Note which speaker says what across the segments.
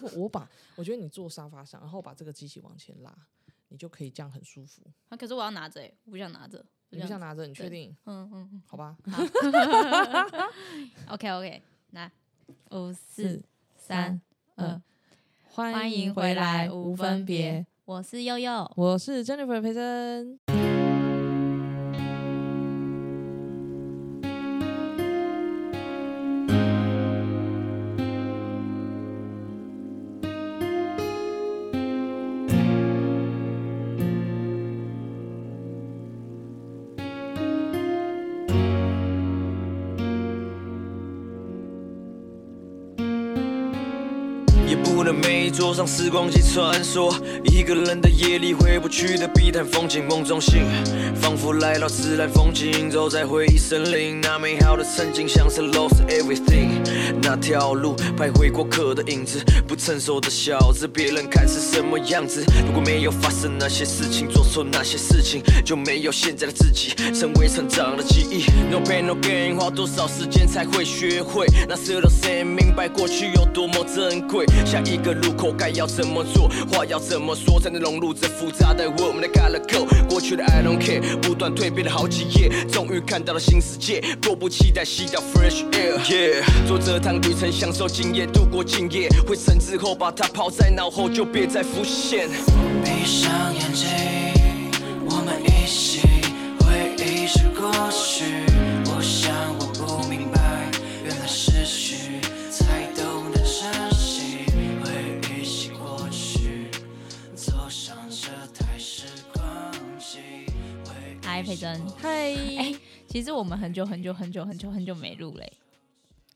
Speaker 1: 或我把我觉得你坐沙发上，然后把这个机器往前拉，你就可以这样很舒服。
Speaker 2: 啊，可是我要拿着、欸，我不想拿着。
Speaker 1: 你不想拿着，你确定？
Speaker 2: 嗯嗯嗯
Speaker 1: 好吧，
Speaker 2: ，OK OK，来，五
Speaker 1: 四
Speaker 2: 四三二，
Speaker 1: 欢
Speaker 2: 欢迎回来无分别，我是悠悠。
Speaker 1: 我是 Jennifer 培珍。
Speaker 3: 也不能每桌上时光机穿梭，一个人的夜里回不去的碧潭风景，梦中醒，仿佛来到自然风景，走在回忆森林，那美好的曾经像是 lost everything。那条路徘徊过客的影子，不成熟的小子，别人看是什么样子？如果没有发生那些事情，做错那些事情，就没有现在的自己，成为成长的记忆。No pain no gain，花多少时间才会学会？那时的谁明白过去有多么珍贵？下一个路口该要怎么做？话要怎么说才能融入这复杂的我们的 gotta go？过去的 I don't care，不断蜕变了好几页，终于看到了新世界，迫不及待吸到 fresh air。Yeah，做这趟旅程，享受今夜，度过今夜，灰尘之后把它抛在脑后，就别再浮现。
Speaker 4: 闭上眼睛，我们一起回忆是过去。我想我不明白，原来失去才懂得珍惜。回忆起过去，坐上这台时光机。回忆
Speaker 2: 嗨，佩珍，
Speaker 1: 嗨，
Speaker 2: 其实我们很久很久很久很久很久没录嘞、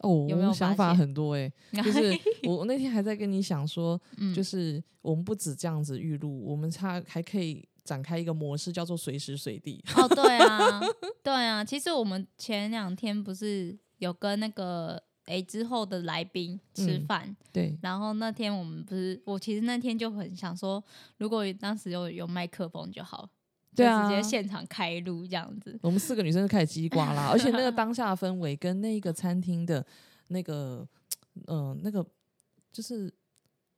Speaker 1: 哦，
Speaker 2: 有没有
Speaker 1: 我想
Speaker 2: 发
Speaker 1: 法
Speaker 2: 现
Speaker 1: 很多 哎、就是我我那天还在跟你想说，
Speaker 2: 嗯
Speaker 1: 就是我们不止这样子预录，我们差还可以展开一个模式，叫做随时随地。
Speaker 2: 哦，对啊，对啊，其实我们前两天不是有跟那个诶之后的来宾吃
Speaker 1: 嗯
Speaker 2: 饭，
Speaker 1: 对，
Speaker 2: 然后那天我们不是，我其实那天就很想说，如果当时有有麦克风就好，
Speaker 1: 对
Speaker 2: 就
Speaker 1: 啊
Speaker 2: 直接现场开录这样子。
Speaker 1: 我们四个女生就开始叽里呱 啦，而且那个当下的氛围跟那个餐厅的那个，呃，那个就是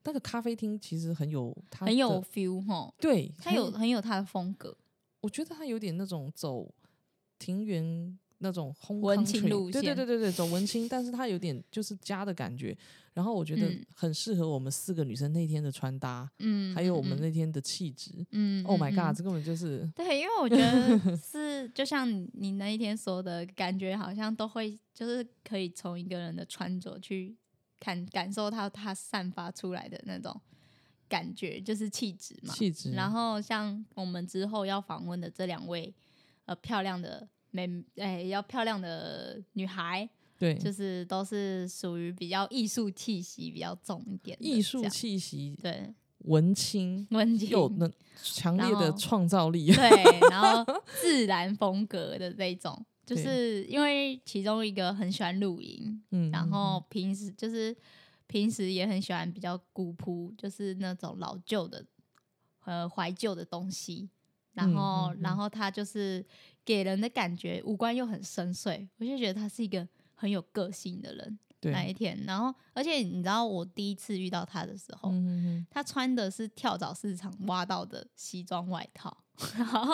Speaker 1: 那个咖啡厅其实很有它
Speaker 2: 很有
Speaker 1: 的
Speaker 2: feel 吼，
Speaker 1: 对，
Speaker 2: 它有很有它的风格，
Speaker 1: 我觉得它有点那种走庭园那种烘
Speaker 2: 文青路
Speaker 1: 对对
Speaker 2: 线
Speaker 1: 对对对，走文青，但是它有点就是家的感觉。然后我觉得
Speaker 2: 嗯
Speaker 1: 很适合我们四个女生那天的穿搭，
Speaker 2: 嗯，
Speaker 1: 还有我们
Speaker 2: 嗯
Speaker 1: 那天的气质。
Speaker 2: 嗯
Speaker 1: Oh my
Speaker 2: 嗯
Speaker 1: god，
Speaker 2: 嗯
Speaker 1: 这根本就是
Speaker 2: 对，因为我觉得是就像你那一天说的感觉，好像都会就是可以从一个人的穿着去看感受到他散发出来的那种感觉，就是气质嘛。
Speaker 1: 气质。
Speaker 2: 然后像我们之后要访问的这两位，呃，漂亮的美，哎，要漂亮的女孩，
Speaker 1: 对，
Speaker 2: 就是都是属于比较艺术气息比较重一点的这样，
Speaker 1: 艺术气息，
Speaker 2: 对
Speaker 1: 文青。
Speaker 2: 温情
Speaker 1: 又有那强烈的
Speaker 2: 然后
Speaker 1: 创造力，
Speaker 2: 对，然后自然风格的这一种，就
Speaker 1: 对
Speaker 2: 是因为其中一个很喜欢露营，
Speaker 1: 嗯，
Speaker 2: 然
Speaker 1: 嗯
Speaker 2: 后平时就是平时也很喜欢比较古朴，就是那种老旧的呃怀旧的东西。然
Speaker 1: 嗯
Speaker 2: 后，
Speaker 1: 嗯
Speaker 2: 然后他就是给人的感觉，五官又很深邃，我就觉得他是一个很有个性的人。
Speaker 1: 对，
Speaker 2: 那一天，然后而且你知道，我第一次遇到他的时候，
Speaker 1: 嗯嗯嗯
Speaker 2: 他穿的是跳蚤市场挖到的西装外套， 然后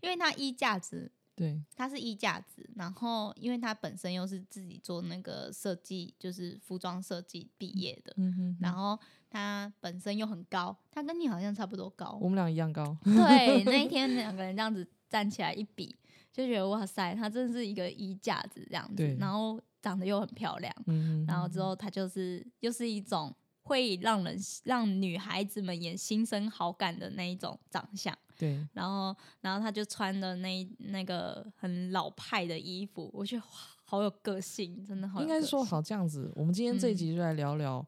Speaker 2: 因为他衣架子，
Speaker 1: 对，
Speaker 2: 他是衣架子，然后因为他本身又是自己做那个设计，就是服装设计毕业的，
Speaker 1: 嗯哼，
Speaker 2: 然后他本身又很高，他跟你好像差不多高，
Speaker 1: 我们俩一样高，
Speaker 2: 嗯
Speaker 1: 嗯
Speaker 2: 对，那一 天两个人这样子站起来一比，就觉得哇塞，他真是一个衣架子这样子
Speaker 1: 对，
Speaker 2: 然后长得又很漂亮，
Speaker 1: 嗯，
Speaker 2: 然后之后他就是又是一种会让人让女孩子们也心生好感的那一种长相。
Speaker 1: 对，
Speaker 2: 然后，然后他就穿的那一那个很老派的衣服，我觉得哇，好有个性，真的好有
Speaker 1: 应
Speaker 2: 个性。
Speaker 1: 该是说好这样子，我们今天这一
Speaker 2: 嗯
Speaker 1: 集就来聊聊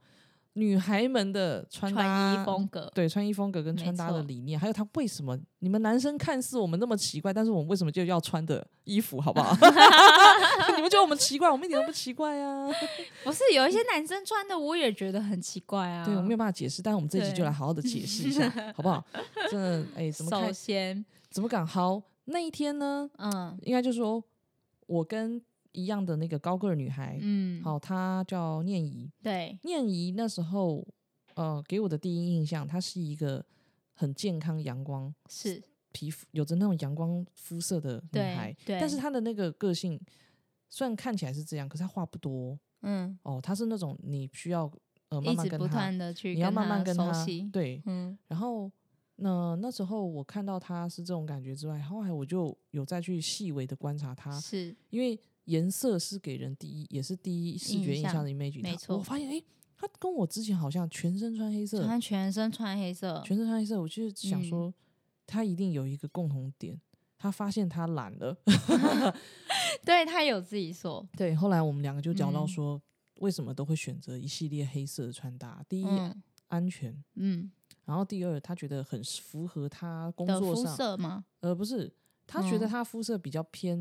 Speaker 1: 女孩们的穿搭
Speaker 2: 穿衣风格，
Speaker 1: 对穿衣风格跟
Speaker 2: 没
Speaker 1: 穿搭的
Speaker 2: 错
Speaker 1: 理念，还有她为什么你们男生看似我们那么奇怪，但是我们为什么就要穿的衣服，好不 好？你们觉得我们奇怪，我们一点都不奇怪 啊。
Speaker 2: 不是有一些男生穿的，我也觉得很奇怪啊。
Speaker 1: 对，我没有办法解释，但是我们这一集就
Speaker 2: 对
Speaker 1: 来好好的解释一 下，好不好？真的，哎，怎么
Speaker 2: 首
Speaker 1: 看
Speaker 2: 先，
Speaker 1: 怎么讲？好，那一天呢，
Speaker 2: 嗯
Speaker 1: 应该就说我跟一样的那个高个儿女孩，
Speaker 2: 嗯，
Speaker 1: 好，她叫念怡，
Speaker 2: 对，
Speaker 1: 念怡那时候，嗯、呃，给我的第一印象，他是一个很健康、阳光、
Speaker 2: 是
Speaker 1: 皮肤有着那种阳光肤色的女
Speaker 2: 对
Speaker 1: 孩，
Speaker 2: 对
Speaker 1: 但是她的那个个性虽然看起来是这样，可是她话不多
Speaker 2: 嗯，
Speaker 1: 哦，她是那种你需要呃慢
Speaker 2: 一
Speaker 1: 慢
Speaker 2: 直
Speaker 1: 跟
Speaker 2: 不
Speaker 1: 她，
Speaker 2: 断的去
Speaker 1: 你要慢慢跟
Speaker 2: 熟
Speaker 1: 她
Speaker 2: 悉，
Speaker 1: 对，
Speaker 2: 嗯，
Speaker 1: 然后那那时候我看到她是这种感觉之外，后来我就有再去细微的观察她，
Speaker 2: 是
Speaker 1: 因为颜色是给人第一，也是第一视
Speaker 2: 印
Speaker 1: 觉印
Speaker 2: 象
Speaker 1: 象的 image 她。
Speaker 2: 没错
Speaker 1: 我发现诶，她跟我之前好像全身穿黑色，
Speaker 2: 穿全身穿黑色，
Speaker 1: 全身穿黑色，我就是想
Speaker 2: 嗯
Speaker 1: 说，他一定有一个共同点，他发现他懒 了。
Speaker 2: 对他有自己说，
Speaker 1: 对，后来我们两个就聊到
Speaker 2: 嗯
Speaker 1: 说，为什么都会选择一系列黑色的穿搭？第一，
Speaker 2: 嗯
Speaker 1: 安全；
Speaker 2: 嗯，
Speaker 1: 然后第二，他觉得很符合他工
Speaker 2: 的
Speaker 1: 作
Speaker 2: 肤
Speaker 1: 上，
Speaker 2: 色吗？
Speaker 1: 呃，不是。他觉得
Speaker 2: 嗯
Speaker 1: 他肤色比较偏、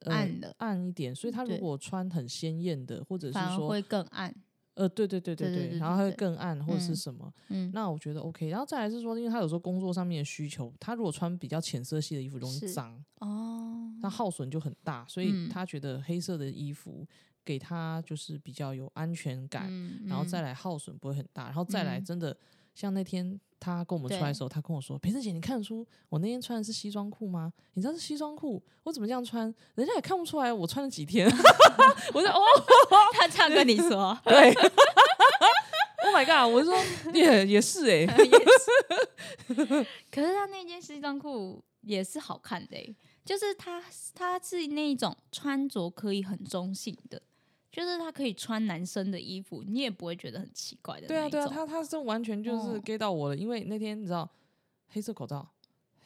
Speaker 1: 呃、
Speaker 2: 暗的
Speaker 1: 暗一点，所以他如
Speaker 2: 对
Speaker 1: 果穿很鲜艳的，或者是
Speaker 2: 反而
Speaker 1: 说
Speaker 2: 会更暗，
Speaker 1: 呃，对对对对
Speaker 2: 对对对
Speaker 1: 然后他
Speaker 2: 对
Speaker 1: 会
Speaker 2: 对
Speaker 1: 更暗或者是
Speaker 2: 嗯
Speaker 1: 什么，
Speaker 2: 嗯，
Speaker 1: 那我觉得 OK。然后再来是说，因为他有时候工作上面的需求，他如果穿比较浅色系的衣服容易
Speaker 2: 是
Speaker 1: 脏，
Speaker 2: 哦，
Speaker 1: 那耗损就很大，所以
Speaker 2: 嗯
Speaker 1: 他觉得黑色的衣服给他就是比较有安全感，
Speaker 2: 嗯
Speaker 1: 然后
Speaker 2: 嗯
Speaker 1: 再来耗损不会很大，然后再来
Speaker 2: 嗯
Speaker 1: 真的像那天他跟我们出来的时候，他跟我说：“培珍姐，你看得出我那天穿的是西装裤吗？你知道是西装裤，我怎么这样穿，人家也看不出来我穿了几 天。”我说：“哦，
Speaker 2: 他这样跟你说
Speaker 1: 对，Oh my god！” 我就说：“也也是哎、
Speaker 2: 也是可是他那件西装裤也是好看的欸、就是他他是那一种穿着可以很中性的，就是他可以穿男生的衣服，你也不会觉得很奇怪的
Speaker 1: 对
Speaker 2: 那
Speaker 1: 啊，
Speaker 2: 一
Speaker 1: 对
Speaker 2: 种。
Speaker 1: 啊，他他是完全就是
Speaker 2: 哦
Speaker 1: get 到我了，因为那天你知道，黑色口罩、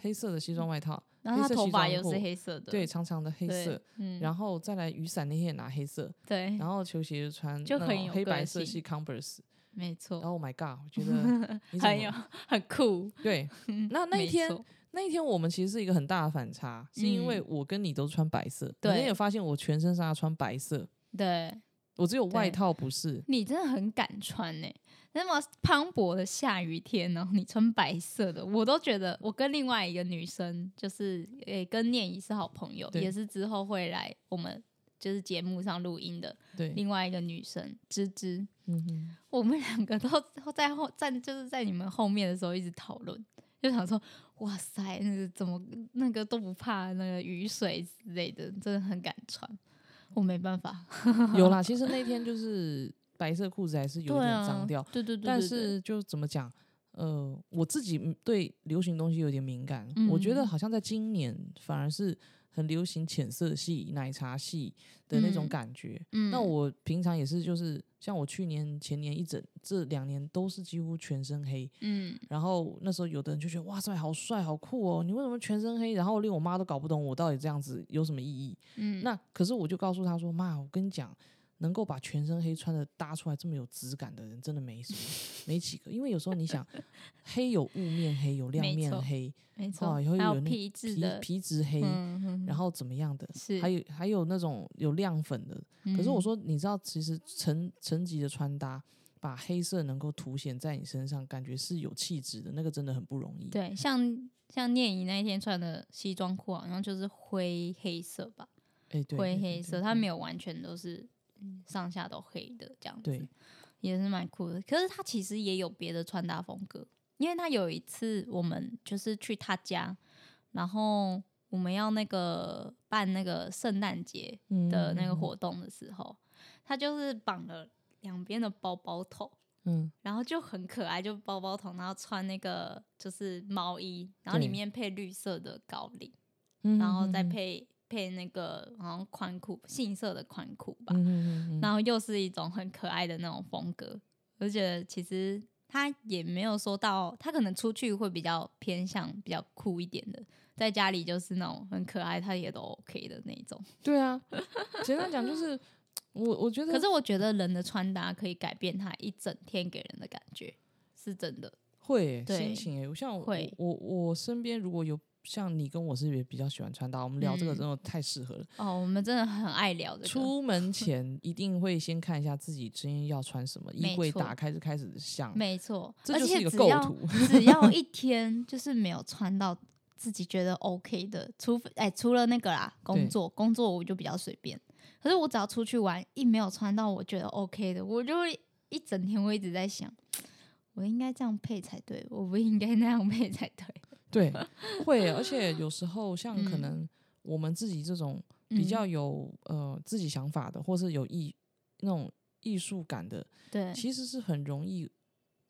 Speaker 1: 黑色的西装外套，
Speaker 2: 然后
Speaker 1: 黑
Speaker 2: 他
Speaker 1: 色
Speaker 2: 头
Speaker 1: 西
Speaker 2: 发
Speaker 1: 装
Speaker 2: 又
Speaker 1: 裤
Speaker 2: 是黑色的，
Speaker 1: 对，长长的黑
Speaker 2: 嗯对
Speaker 1: 色，，
Speaker 2: 嗯，
Speaker 1: 然
Speaker 2: 后
Speaker 1: 后再来雨伞那天也拿黑色，
Speaker 2: 对，
Speaker 1: 然后球鞋就穿
Speaker 2: 就
Speaker 1: 那
Speaker 2: 很
Speaker 1: 种
Speaker 2: 有
Speaker 1: 黑
Speaker 2: 个
Speaker 1: 白色
Speaker 2: 性
Speaker 1: 系 Converse，
Speaker 2: 没
Speaker 1: 然
Speaker 2: 错，
Speaker 1: 后 Oh my God，我觉 得你怎
Speaker 2: 很有
Speaker 1: 么
Speaker 2: 很酷。
Speaker 1: 对，那那一
Speaker 2: 哎嗯没
Speaker 1: 天
Speaker 2: 错
Speaker 1: 那一天我们其实是一个很大的反差，是因为
Speaker 2: 嗯
Speaker 1: 我跟你都穿白色，你也
Speaker 2: 对
Speaker 1: 发现我全身上下穿白色，
Speaker 2: 对
Speaker 1: 我只有外
Speaker 2: 对
Speaker 1: 套不 是，
Speaker 2: 你真的很敢穿呢、那么磅礴的下雨天，然后你穿白色的，我都觉得我跟另外一个女生，就是诶、跟念怡是好朋友，
Speaker 1: 对
Speaker 2: 也是之后会来我们就是节目上录音的
Speaker 1: 对，
Speaker 2: 另外一个女生芝芝，
Speaker 1: 嗯 哼，
Speaker 2: 我们两个都都在后站，就是在你们后面的时候一直讨论，就想说，哇塞，那个怎么那个都不怕那个雨水之类的，真的很敢穿，我没办法，
Speaker 1: 有啦，其实那天就是白色裤子还是有
Speaker 2: 对
Speaker 1: 点
Speaker 2: 啊
Speaker 1: 脏掉，
Speaker 2: 对对对
Speaker 1: 但
Speaker 2: 对对
Speaker 1: 是就怎么讲，呃，我自己嗯对流行东西有点敏感，我觉得
Speaker 2: 嗯
Speaker 1: 好像在今年反而是很流行浅色系、奶茶系的那种
Speaker 2: 嗯
Speaker 1: 感觉。
Speaker 2: 嗯，
Speaker 1: 那我平常也是，就是像我去年、前年一整这两年都是几乎全身黑，
Speaker 2: 嗯。
Speaker 1: 然后那时候有的人就觉得哇塞，好帅、好酷哦，你为什么全身黑？然后连我妈都搞不懂我到底这样子有什么意义。
Speaker 2: 嗯，
Speaker 1: 那可是我就告诉他说：“妈，我跟你讲，能够把全身黑穿的搭出来这么有质感的人，真的没什么， 没几个。因为有时候你想，黑有雾面黑，有亮
Speaker 2: 没
Speaker 1: 面
Speaker 2: 错
Speaker 1: 黑，
Speaker 2: 没错，
Speaker 1: 哇，
Speaker 2: 还
Speaker 1: 以后有
Speaker 2: 有
Speaker 1: 那
Speaker 2: 皮质的，
Speaker 1: 皮质黑，
Speaker 2: 嗯嗯，
Speaker 1: 然后怎么样的，
Speaker 2: 是
Speaker 1: 还有还有那种有亮粉的。可是我
Speaker 2: 嗯
Speaker 1: 说，你知道，其实层层级的穿搭。”把黑色能够凸显在你身上，感觉是有气质的，那个真的很不容易。
Speaker 2: 对，像像念怡那一天穿的西装裤，好像就是灰黑色吧，
Speaker 1: 哎，对，
Speaker 2: 灰
Speaker 1: 对
Speaker 2: 黑
Speaker 1: 对
Speaker 2: 色，它没有完全都是嗯上下都黑的这样
Speaker 1: 对
Speaker 2: 子，也是蛮酷的。可是他其实也有别的穿搭风格，因为他有一次我们就是去他家，然后我们要那个办那个圣诞节的那个
Speaker 1: 嗯
Speaker 2: 活动的时候，他就是绑了两边的包包头。
Speaker 1: 嗯，
Speaker 2: 然后就很可爱，就包包头，然后穿那个就是毛衣，然后里
Speaker 1: 对
Speaker 2: 面配绿色的高领，
Speaker 1: 嗯
Speaker 2: 然后再
Speaker 1: 嗯嗯
Speaker 2: 配配那个好像宽裤，杏色的宽裤吧，
Speaker 1: 嗯嗯嗯嗯
Speaker 2: 然后又是一种很可爱的那种风格。我觉得其实他也没有说到，他可能出去会比较偏向比较酷一点的，在家里就是那种很可爱，他也都 OK 的那种。
Speaker 1: 对啊，简单讲就是我我觉得，
Speaker 2: 可是我觉得人的穿搭可以改变他一整天给人的感觉，是真的。
Speaker 1: 会欸、心
Speaker 2: 对
Speaker 1: 情哎、我像我
Speaker 2: 会
Speaker 1: 我我身边如果有像你跟我是也比较喜欢穿搭，我们聊这个
Speaker 2: 嗯
Speaker 1: 真的太适合了。
Speaker 2: 哦，我们真的很爱聊这个。
Speaker 1: 出门前一定会先看一下自己今天要穿什么，衣
Speaker 2: 没
Speaker 1: 柜
Speaker 2: 错
Speaker 1: 打开就开始想，
Speaker 2: 没错，
Speaker 1: 这
Speaker 2: 而
Speaker 1: 就是
Speaker 2: 且
Speaker 1: 一个
Speaker 2: 只
Speaker 1: 构
Speaker 2: 要
Speaker 1: 图
Speaker 2: 只要一天就是没有穿到自己觉得 OK 的，除非哎除了那个啦，
Speaker 1: 对
Speaker 2: 工作工作我就比较随便，可是我只要出去玩，一没有穿到我觉得 OK 的，我就会一整天会一直在想，我应该这样配才对，我不应该那样配才对。
Speaker 1: 对，会，而且有时候像可
Speaker 2: 嗯
Speaker 1: 能我们自己这种
Speaker 2: 嗯
Speaker 1: 比较有、呃自己想法的，或是有艺那种艺术感的，
Speaker 2: 对，
Speaker 1: 其实是很容易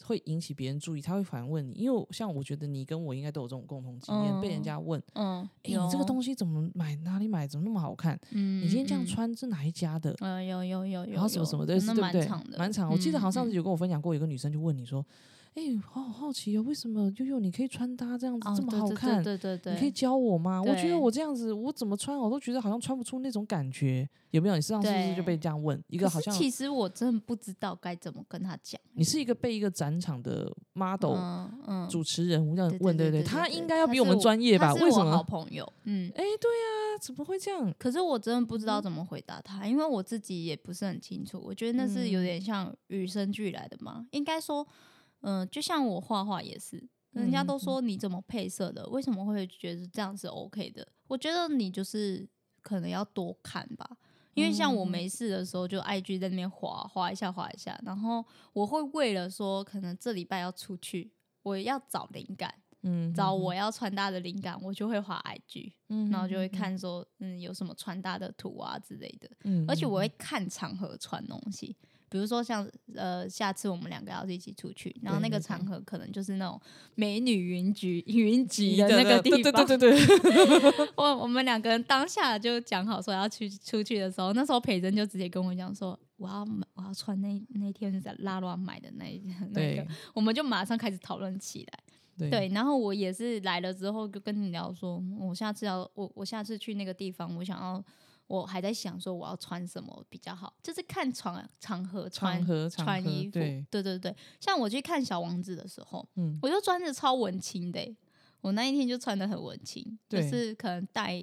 Speaker 1: 会引起别人注意，他会反问你，因为像我觉得你跟我应该都有这种共同经验，被人
Speaker 2: 嗯
Speaker 1: 家问，
Speaker 2: 嗯，
Speaker 1: 哎、你这个东
Speaker 2: 西，
Speaker 1: 西怎么买，哪里买，怎么那么好看？
Speaker 2: 嗯，
Speaker 1: 你今天这样
Speaker 2: 嗯，
Speaker 1: 穿是哪一家的？
Speaker 2: 嗯，有有有有，
Speaker 1: 然后什么
Speaker 2: 有
Speaker 1: 什么的，
Speaker 2: 那
Speaker 1: 对不
Speaker 2: 蛮
Speaker 1: 对
Speaker 2: 长？的，
Speaker 1: 蛮长。我记得好像上
Speaker 2: 嗯
Speaker 1: 次有跟我分享过，有个女生就问你说：“哎、好好奇哦，为什么悠悠你可以穿搭这样子
Speaker 2: 哦
Speaker 1: 这么好看？
Speaker 2: 对对对对，
Speaker 1: 你可以教我吗？我觉
Speaker 2: 对
Speaker 1: 得我这样子，我怎么穿我都觉得好像穿不出那种感觉，有没有？你上次是不是就
Speaker 2: 对
Speaker 1: 被这样问？一
Speaker 2: 一
Speaker 1: 个好像
Speaker 2: 其实我真的不知道该怎么跟他讲，
Speaker 1: 你是一个被一个展场的 model、
Speaker 2: 嗯嗯，
Speaker 1: 主持人这样
Speaker 2: 对
Speaker 1: 问，
Speaker 2: 对
Speaker 1: 对
Speaker 2: 对，
Speaker 1: 他应
Speaker 2: 对
Speaker 1: 该要
Speaker 2: 他
Speaker 1: 比
Speaker 2: 是
Speaker 1: 我们专业
Speaker 2: 他
Speaker 1: 吧？
Speaker 2: 是
Speaker 1: 为什
Speaker 2: 我好
Speaker 1: 么？
Speaker 2: 朋友，嗯，
Speaker 1: 哎、对啊，怎么会这样？
Speaker 2: 可是我真的不
Speaker 1: 嗯
Speaker 2: 知道怎么回答他，因为我自己也不是很清楚。我觉得那是有
Speaker 1: 嗯
Speaker 2: 点像与生俱来的嘛，应该说，嗯、就像我画画也是，人家
Speaker 1: 嗯
Speaker 2: 都说你怎么配色的，为什么会觉得这样是 OK 的？我觉得你就是可能要多看吧。因为像我
Speaker 1: 嗯
Speaker 2: 没事的时候，就 IG 在那边滑滑一下滑一下，然后我会为了说，可能这礼拜要出去，我要找灵感，
Speaker 1: 嗯，
Speaker 2: 找我要穿搭的灵感，我就会滑 IG。
Speaker 1: 嗯，嗯
Speaker 2: 然后就会，看说，嗯，有什么穿搭的图啊之类的。
Speaker 1: 嗯
Speaker 2: 而且我会看场合穿东西，比如说像呃，下次我们两个要是一起出去，然后那
Speaker 1: 对
Speaker 2: 个
Speaker 1: 对对
Speaker 2: 场合可能就是那种美女云集云集
Speaker 1: 你
Speaker 2: 的那个地方。
Speaker 1: 对对对对对，
Speaker 2: 我我们两个人当下就讲好说要去出去的时候，那时候培珍就直接跟我讲说，我要买我要穿那那天在拉拉买的那一那个
Speaker 1: 对，
Speaker 2: 我们就马上开始讨论起来。
Speaker 1: 对
Speaker 2: 对，然后我也是来了之后就跟你聊说，我下次要我我下次去那个地方，我想要我还在想说我要穿什么比较好，就是看场场合穿
Speaker 1: 合场
Speaker 2: 穿
Speaker 1: 合
Speaker 2: 衣服，
Speaker 1: 对
Speaker 2: 对对对像我去看小王子的时候，
Speaker 1: 嗯
Speaker 2: 我就穿的超文青的欸、我那一天就穿的很文青，就
Speaker 1: 对
Speaker 2: 是可能戴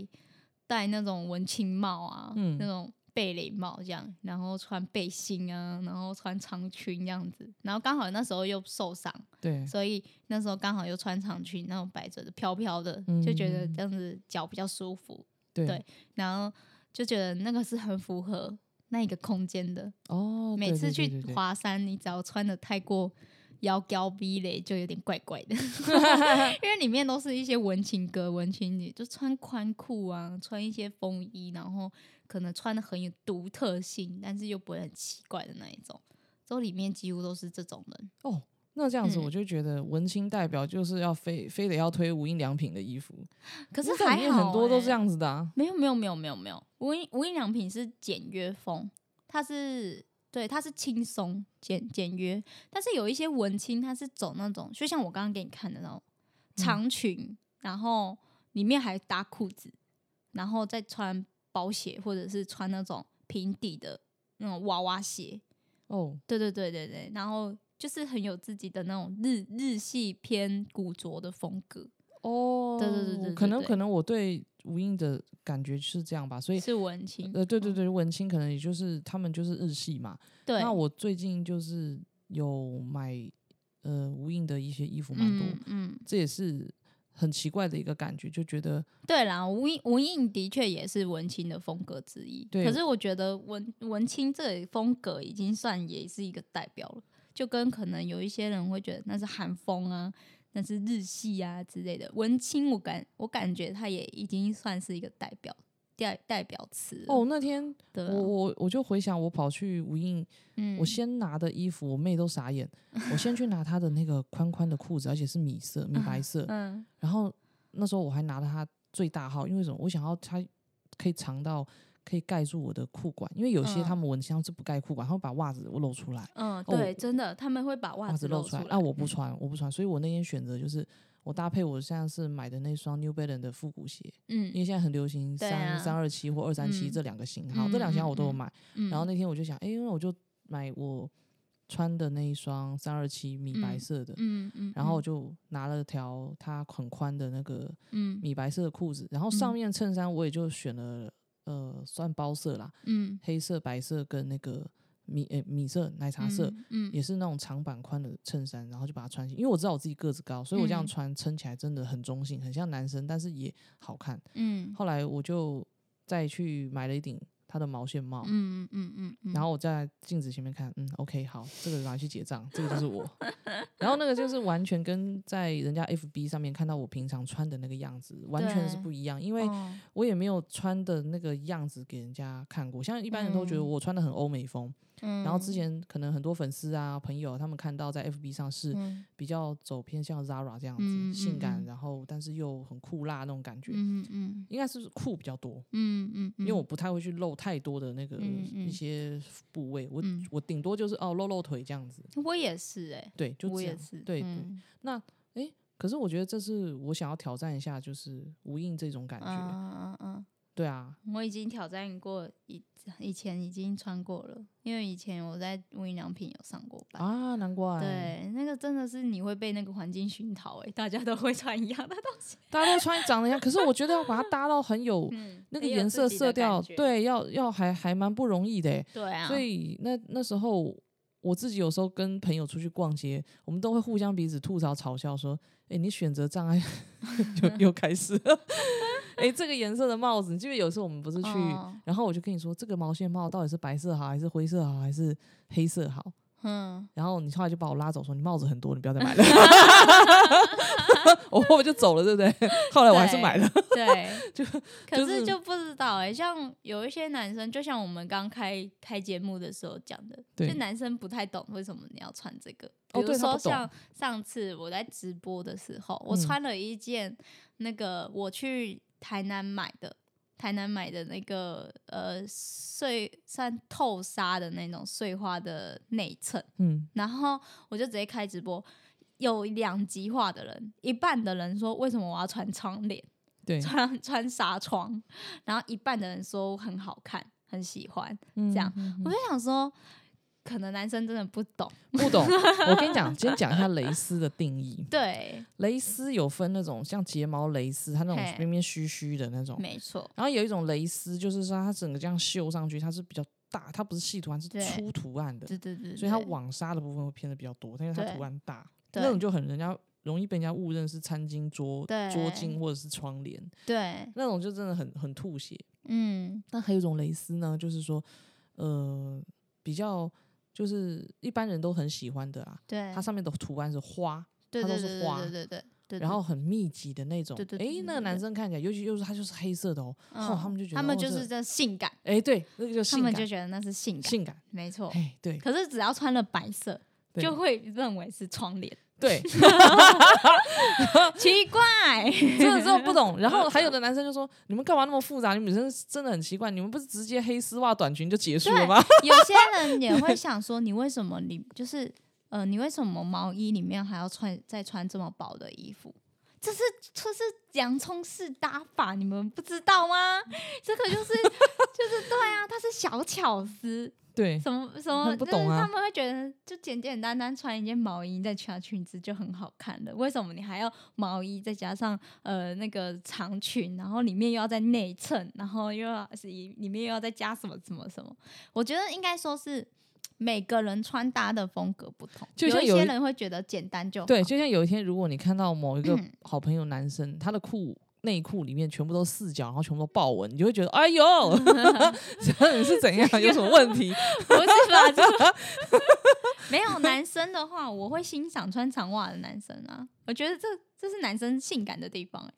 Speaker 2: 戴那种文青帽啊，
Speaker 1: 嗯
Speaker 2: 那种贝雷帽这样，然后穿背心啊，然后穿长裙这样子，然后刚好那时候又受伤，
Speaker 1: 对，
Speaker 2: 所以那时候刚好又穿长裙，那种摆着的飘飘的，
Speaker 1: 嗯
Speaker 2: 就觉得这样子脚比较舒服，
Speaker 1: 对
Speaker 2: 对然后就觉得那个是很符合那一个空间的。
Speaker 1: 哦，
Speaker 2: 每
Speaker 1: 对
Speaker 2: 次
Speaker 1: 对对
Speaker 2: 去
Speaker 1: 对对
Speaker 2: 华山，你只要穿的太过腰高逼嘞，就有点怪怪 的，因为里面都是一些文青哥、文青女，就穿宽裤啊，穿一些风衣，然后可能穿的很有独特性，但是又不会很奇怪的那一种。之后里面几乎都是这种人，
Speaker 1: 哦，那这样子
Speaker 2: 嗯
Speaker 1: 我就觉得文青代表就是要非非得要推无印良品的衣服，
Speaker 2: 可是
Speaker 1: 因为它里
Speaker 2: 还
Speaker 1: 面
Speaker 2: 好、欸
Speaker 1: 很多都这。样子的啊。
Speaker 2: 没有没有没有没有没有，无印无印良品是简约风，它是对它是轻松简简约，但是有一些文青它是走那种，就像我刚刚给你看的那种
Speaker 1: 嗯
Speaker 2: 长裙，然后里面还搭裤子，然后再穿包鞋或者是穿那种平底的那种娃娃鞋，
Speaker 1: 哦，
Speaker 2: 对对对对对，然后就是很有自己的那种日日系偏古着的风格，
Speaker 1: 哦，
Speaker 2: 对对对对
Speaker 1: 可
Speaker 2: 对
Speaker 1: 能
Speaker 2: 对
Speaker 1: 可能我对无印的感觉是这样吧，所以
Speaker 2: 是文青，
Speaker 1: 呃，对对对，文青可能也就是他们就是日系嘛。
Speaker 2: 对，
Speaker 1: 那我最近就是有买呃无印的一些衣服蛮多，
Speaker 2: 嗯嗯。
Speaker 1: 这也是很奇怪的一个感觉，就觉得
Speaker 2: 对啦，无印无印的确也是文青的风格之一。
Speaker 1: 对
Speaker 2: 可是我觉得文文青这里风格已经算也是一个代表了，就跟可能有一些人会觉得那是韩风啊，那是日系啊之类的。文青我感我感觉它也已经算是一个代表代代表词了
Speaker 1: 哦，，那天
Speaker 2: 对啊、
Speaker 1: 我我我就回想我跑去无印，
Speaker 2: 嗯
Speaker 1: 我先拿的衣服，我妹都傻眼，我先去拿她的那个宽宽的裤子，而且是米色米 白色，
Speaker 2: 嗯
Speaker 1: 然后那时候我还拿了它最大号，因为什么？我想要它可以长到可以盖住我的裤管，因为有些
Speaker 2: 嗯
Speaker 1: 他们文青是不盖裤管，他们把袜子露出来，
Speaker 2: 嗯，
Speaker 1: 哦我
Speaker 2: 对，真的他们会把袜
Speaker 1: 袜子
Speaker 2: 露
Speaker 1: 露出来
Speaker 2: 来。。嗯
Speaker 1: 啊，我不穿，我不穿，所以我那天选择就是我搭配我现在是买的那双 New Balance 的复古鞋，因
Speaker 2: 嗯
Speaker 1: 为现在很流行
Speaker 2: 对
Speaker 1: 三
Speaker 2: 啊
Speaker 1: 三二七或二三七
Speaker 2: 嗯
Speaker 1: 这两个型号，这两
Speaker 2: 嗯
Speaker 1: 个型号我都有
Speaker 2: 嗯
Speaker 1: 买。
Speaker 2: 嗯，
Speaker 1: 然后那天我就想，哎、因为我就买我穿的那一双三二七米白
Speaker 2: 嗯
Speaker 1: 色的，
Speaker 2: 嗯嗯，
Speaker 1: 然后我
Speaker 2: 嗯
Speaker 1: 就拿了条它很宽的那个
Speaker 2: 嗯
Speaker 1: 米白色的裤子，然后上
Speaker 2: 嗯
Speaker 1: 面衬衫我也就选了呃算包色啦，
Speaker 2: 嗯
Speaker 1: 黑色、白色跟那个米呃、米色奶茶色。
Speaker 2: 嗯
Speaker 1: 也是那种长版宽的衬衫，然后就把它穿起，因为我知道我自己个子高，所以我这样
Speaker 2: 嗯
Speaker 1: 穿撑起来真的很中性，很像男生，但是也好看。
Speaker 2: 嗯
Speaker 1: 后来我就再去买了一顶他的毛线帽，
Speaker 2: 嗯嗯嗯嗯嗯，
Speaker 1: 然后我在镜子前面看，嗯，OK，好，这个拿去结账，这个就是 我。然后那个就是完全跟在人家 FB 上面看到我平常穿的那个样子完全是
Speaker 2: 对
Speaker 1: 不一样，因为
Speaker 2: 哦
Speaker 1: 我也没有穿的那个样子给人家看过。像一般人都觉得
Speaker 2: 嗯
Speaker 1: 我穿的很欧美风，
Speaker 2: 嗯
Speaker 1: 然后之前可能很多粉丝啊、朋友他们看到在 FB 上是
Speaker 2: 嗯
Speaker 1: 比较走偏向 Zara 这样子，
Speaker 2: 嗯嗯
Speaker 1: 性感，
Speaker 2: 嗯
Speaker 1: 然后但是又很酷辣那种感觉，
Speaker 2: 嗯嗯
Speaker 1: 应该是酷比较多。
Speaker 2: 嗯嗯，
Speaker 1: 因为我不太会去露太多的那个
Speaker 2: 嗯嗯
Speaker 1: 一些部位，我、
Speaker 2: 嗯
Speaker 1: 我顶多就是哦露露腿这样子，
Speaker 2: 我也是哎、
Speaker 1: 对，就
Speaker 2: 我
Speaker 1: 这
Speaker 2: 也
Speaker 1: 样，
Speaker 2: 是
Speaker 1: 对、
Speaker 2: 嗯
Speaker 1: 对。诶，可是我觉得这是我想要挑战一下，就是无印这种感觉，
Speaker 2: 嗯嗯嗯
Speaker 1: 对啊，
Speaker 2: 嗯，我已经挑战过以以前已经穿过了，因为以前我在无印良品有上过班。
Speaker 1: 啊，难怪，，
Speaker 2: 对，那个真的是你会被那个环境熏陶哎、大家都会穿一样的东西，
Speaker 1: 大家都穿长得一样，可是我觉得要把它搭到很有。
Speaker 2: 嗯，
Speaker 1: 那个
Speaker 2: 很有
Speaker 1: 颜
Speaker 2: 自
Speaker 1: 色
Speaker 2: 己
Speaker 1: 色
Speaker 2: 的感
Speaker 1: 调，
Speaker 2: 觉
Speaker 1: 对，要要还还蛮不容易的欸，
Speaker 2: 对啊，
Speaker 1: 所以那那时候我自己有时候跟朋友出去逛街，我们都会互相彼此吐槽嘲笑说：“哎、你选择 障碍就又开始了。哎、这个颜色的帽子，你记得有时候我们不是去，
Speaker 2: 哦
Speaker 1: 然后我就跟你说这个毛线帽到底是白色好，还是灰色好，还是黑色好？
Speaker 2: 嗯，
Speaker 1: 然后你后来就把我拉走，说你帽子很多，你不要再 买了。我我就走了，对不对？后来我还是买了。
Speaker 2: 对，
Speaker 1: 就
Speaker 2: 可
Speaker 1: 就是是
Speaker 2: 就不知道哎、像有一些男生，就像我们刚开开节目的时候讲的，
Speaker 1: 对
Speaker 2: 就男生不太懂为什么你要穿这个。比
Speaker 1: 哦
Speaker 2: 如
Speaker 1: 对他
Speaker 2: 说
Speaker 1: 不懂
Speaker 2: 像上次我在直播的时候，我
Speaker 1: 嗯
Speaker 2: 穿了一件那个我去台南买的，台南买的那个呃碎算透纱的那种碎花的内衬，
Speaker 1: 嗯，
Speaker 2: 然后我就直接开直播。有两极化的人，一半的人说为什么我要穿窗帘，
Speaker 1: 对，
Speaker 2: 穿 穿纱窗，然后一半的人说很好看，很喜欢。
Speaker 1: 这
Speaker 2: 样
Speaker 1: 嗯
Speaker 2: 我就想说，可能男生真的不懂，
Speaker 1: 不 懂。我跟你讲，先讲一下蕾丝的定义。
Speaker 2: 对，
Speaker 1: 蕾丝有分那种像睫毛蕾丝，它那种
Speaker 2: 嘿
Speaker 1: 边边虚虚的那种，
Speaker 2: 没错，
Speaker 1: 然后有一种蕾丝，就是说它整个这样绣上去，它是比较大，它不是细图案，是
Speaker 2: 对
Speaker 1: 粗图案的，
Speaker 2: 对对对，
Speaker 1: 所以它
Speaker 2: 对
Speaker 1: 网纱的部分会偏的比较多，但是它
Speaker 2: 对
Speaker 1: 图案大，
Speaker 2: 对
Speaker 1: 那种就很人家容易被人家误认是餐巾桌、桌
Speaker 2: 对
Speaker 1: 巾或者是窗帘，
Speaker 2: 对，
Speaker 1: 那种就真的很很吐血。
Speaker 2: 嗯
Speaker 1: 那还有一种蕾丝呢，就是说，呃，比较就是一般人都很喜欢的啊，
Speaker 2: 对，
Speaker 1: 它上面的图案是花，
Speaker 2: 对
Speaker 1: 它都
Speaker 2: 对
Speaker 1: 是
Speaker 2: 对对
Speaker 1: 花
Speaker 2: 对对对对，
Speaker 1: 然后很密集的那种
Speaker 2: 对对，对
Speaker 1: 诶，
Speaker 2: 对
Speaker 1: 那
Speaker 2: 对
Speaker 1: 个男
Speaker 2: 对嗯
Speaker 1: 生看起来，尤其又是他就是黑色的哦，哦，他们就觉得
Speaker 2: 他们
Speaker 1: 哦
Speaker 2: 就
Speaker 1: 这
Speaker 2: 是这性感，
Speaker 1: 诶，对，那个就
Speaker 2: 他
Speaker 1: 性
Speaker 2: 们就
Speaker 1: 感，
Speaker 2: 觉得哦那是性感，
Speaker 1: 性感，
Speaker 2: 没错。
Speaker 1: 哎， 对，
Speaker 2: 可是只要穿了白色，
Speaker 1: 对
Speaker 2: 就会认为是窗帘，
Speaker 1: 对，
Speaker 2: 奇 怪，
Speaker 1: 真的真的不懂。然后还 有的男生就说：“你们干嘛那么复杂？你们女生真的很奇怪，你们不是直接黑丝袜短裙就结束了吗
Speaker 2: 有些人也会想说，你为什么你就是呃，你为什么毛衣里面还要穿再穿这么薄的衣服？这是这是洋葱式搭法，你们不知道吗？这个就是 就是对啊，它是小巧思，？”
Speaker 1: 对，
Speaker 2: 什么什么，
Speaker 1: 那不
Speaker 2: 就是
Speaker 1: 懂啊
Speaker 2: 他们会觉得就简简单单穿一件毛衣再穿裙子就很好看了，为什么你还要毛衣再加上呃那个长裙，然后里面又要再内衬，然后又要是里面又要再加什么什么什么？我觉得应该说是。每个人穿搭的风格不同，
Speaker 1: 就
Speaker 2: 有
Speaker 1: 像
Speaker 2: 一
Speaker 1: 有
Speaker 2: 些
Speaker 1: 一
Speaker 2: 人会觉得简单就好，
Speaker 1: 对，就像有一天，如果你看到某一个
Speaker 2: 嗯
Speaker 1: 好朋友男生，他的裤内裤里面全部都四角，然后全部都豹纹，你就会觉得：“哎 呦，你是怎样？有什么问题
Speaker 2: 不是吧？ 就没有男生的话，我会欣赏穿长袜的男生啊，我觉得这这是男生性感的地方、欸？”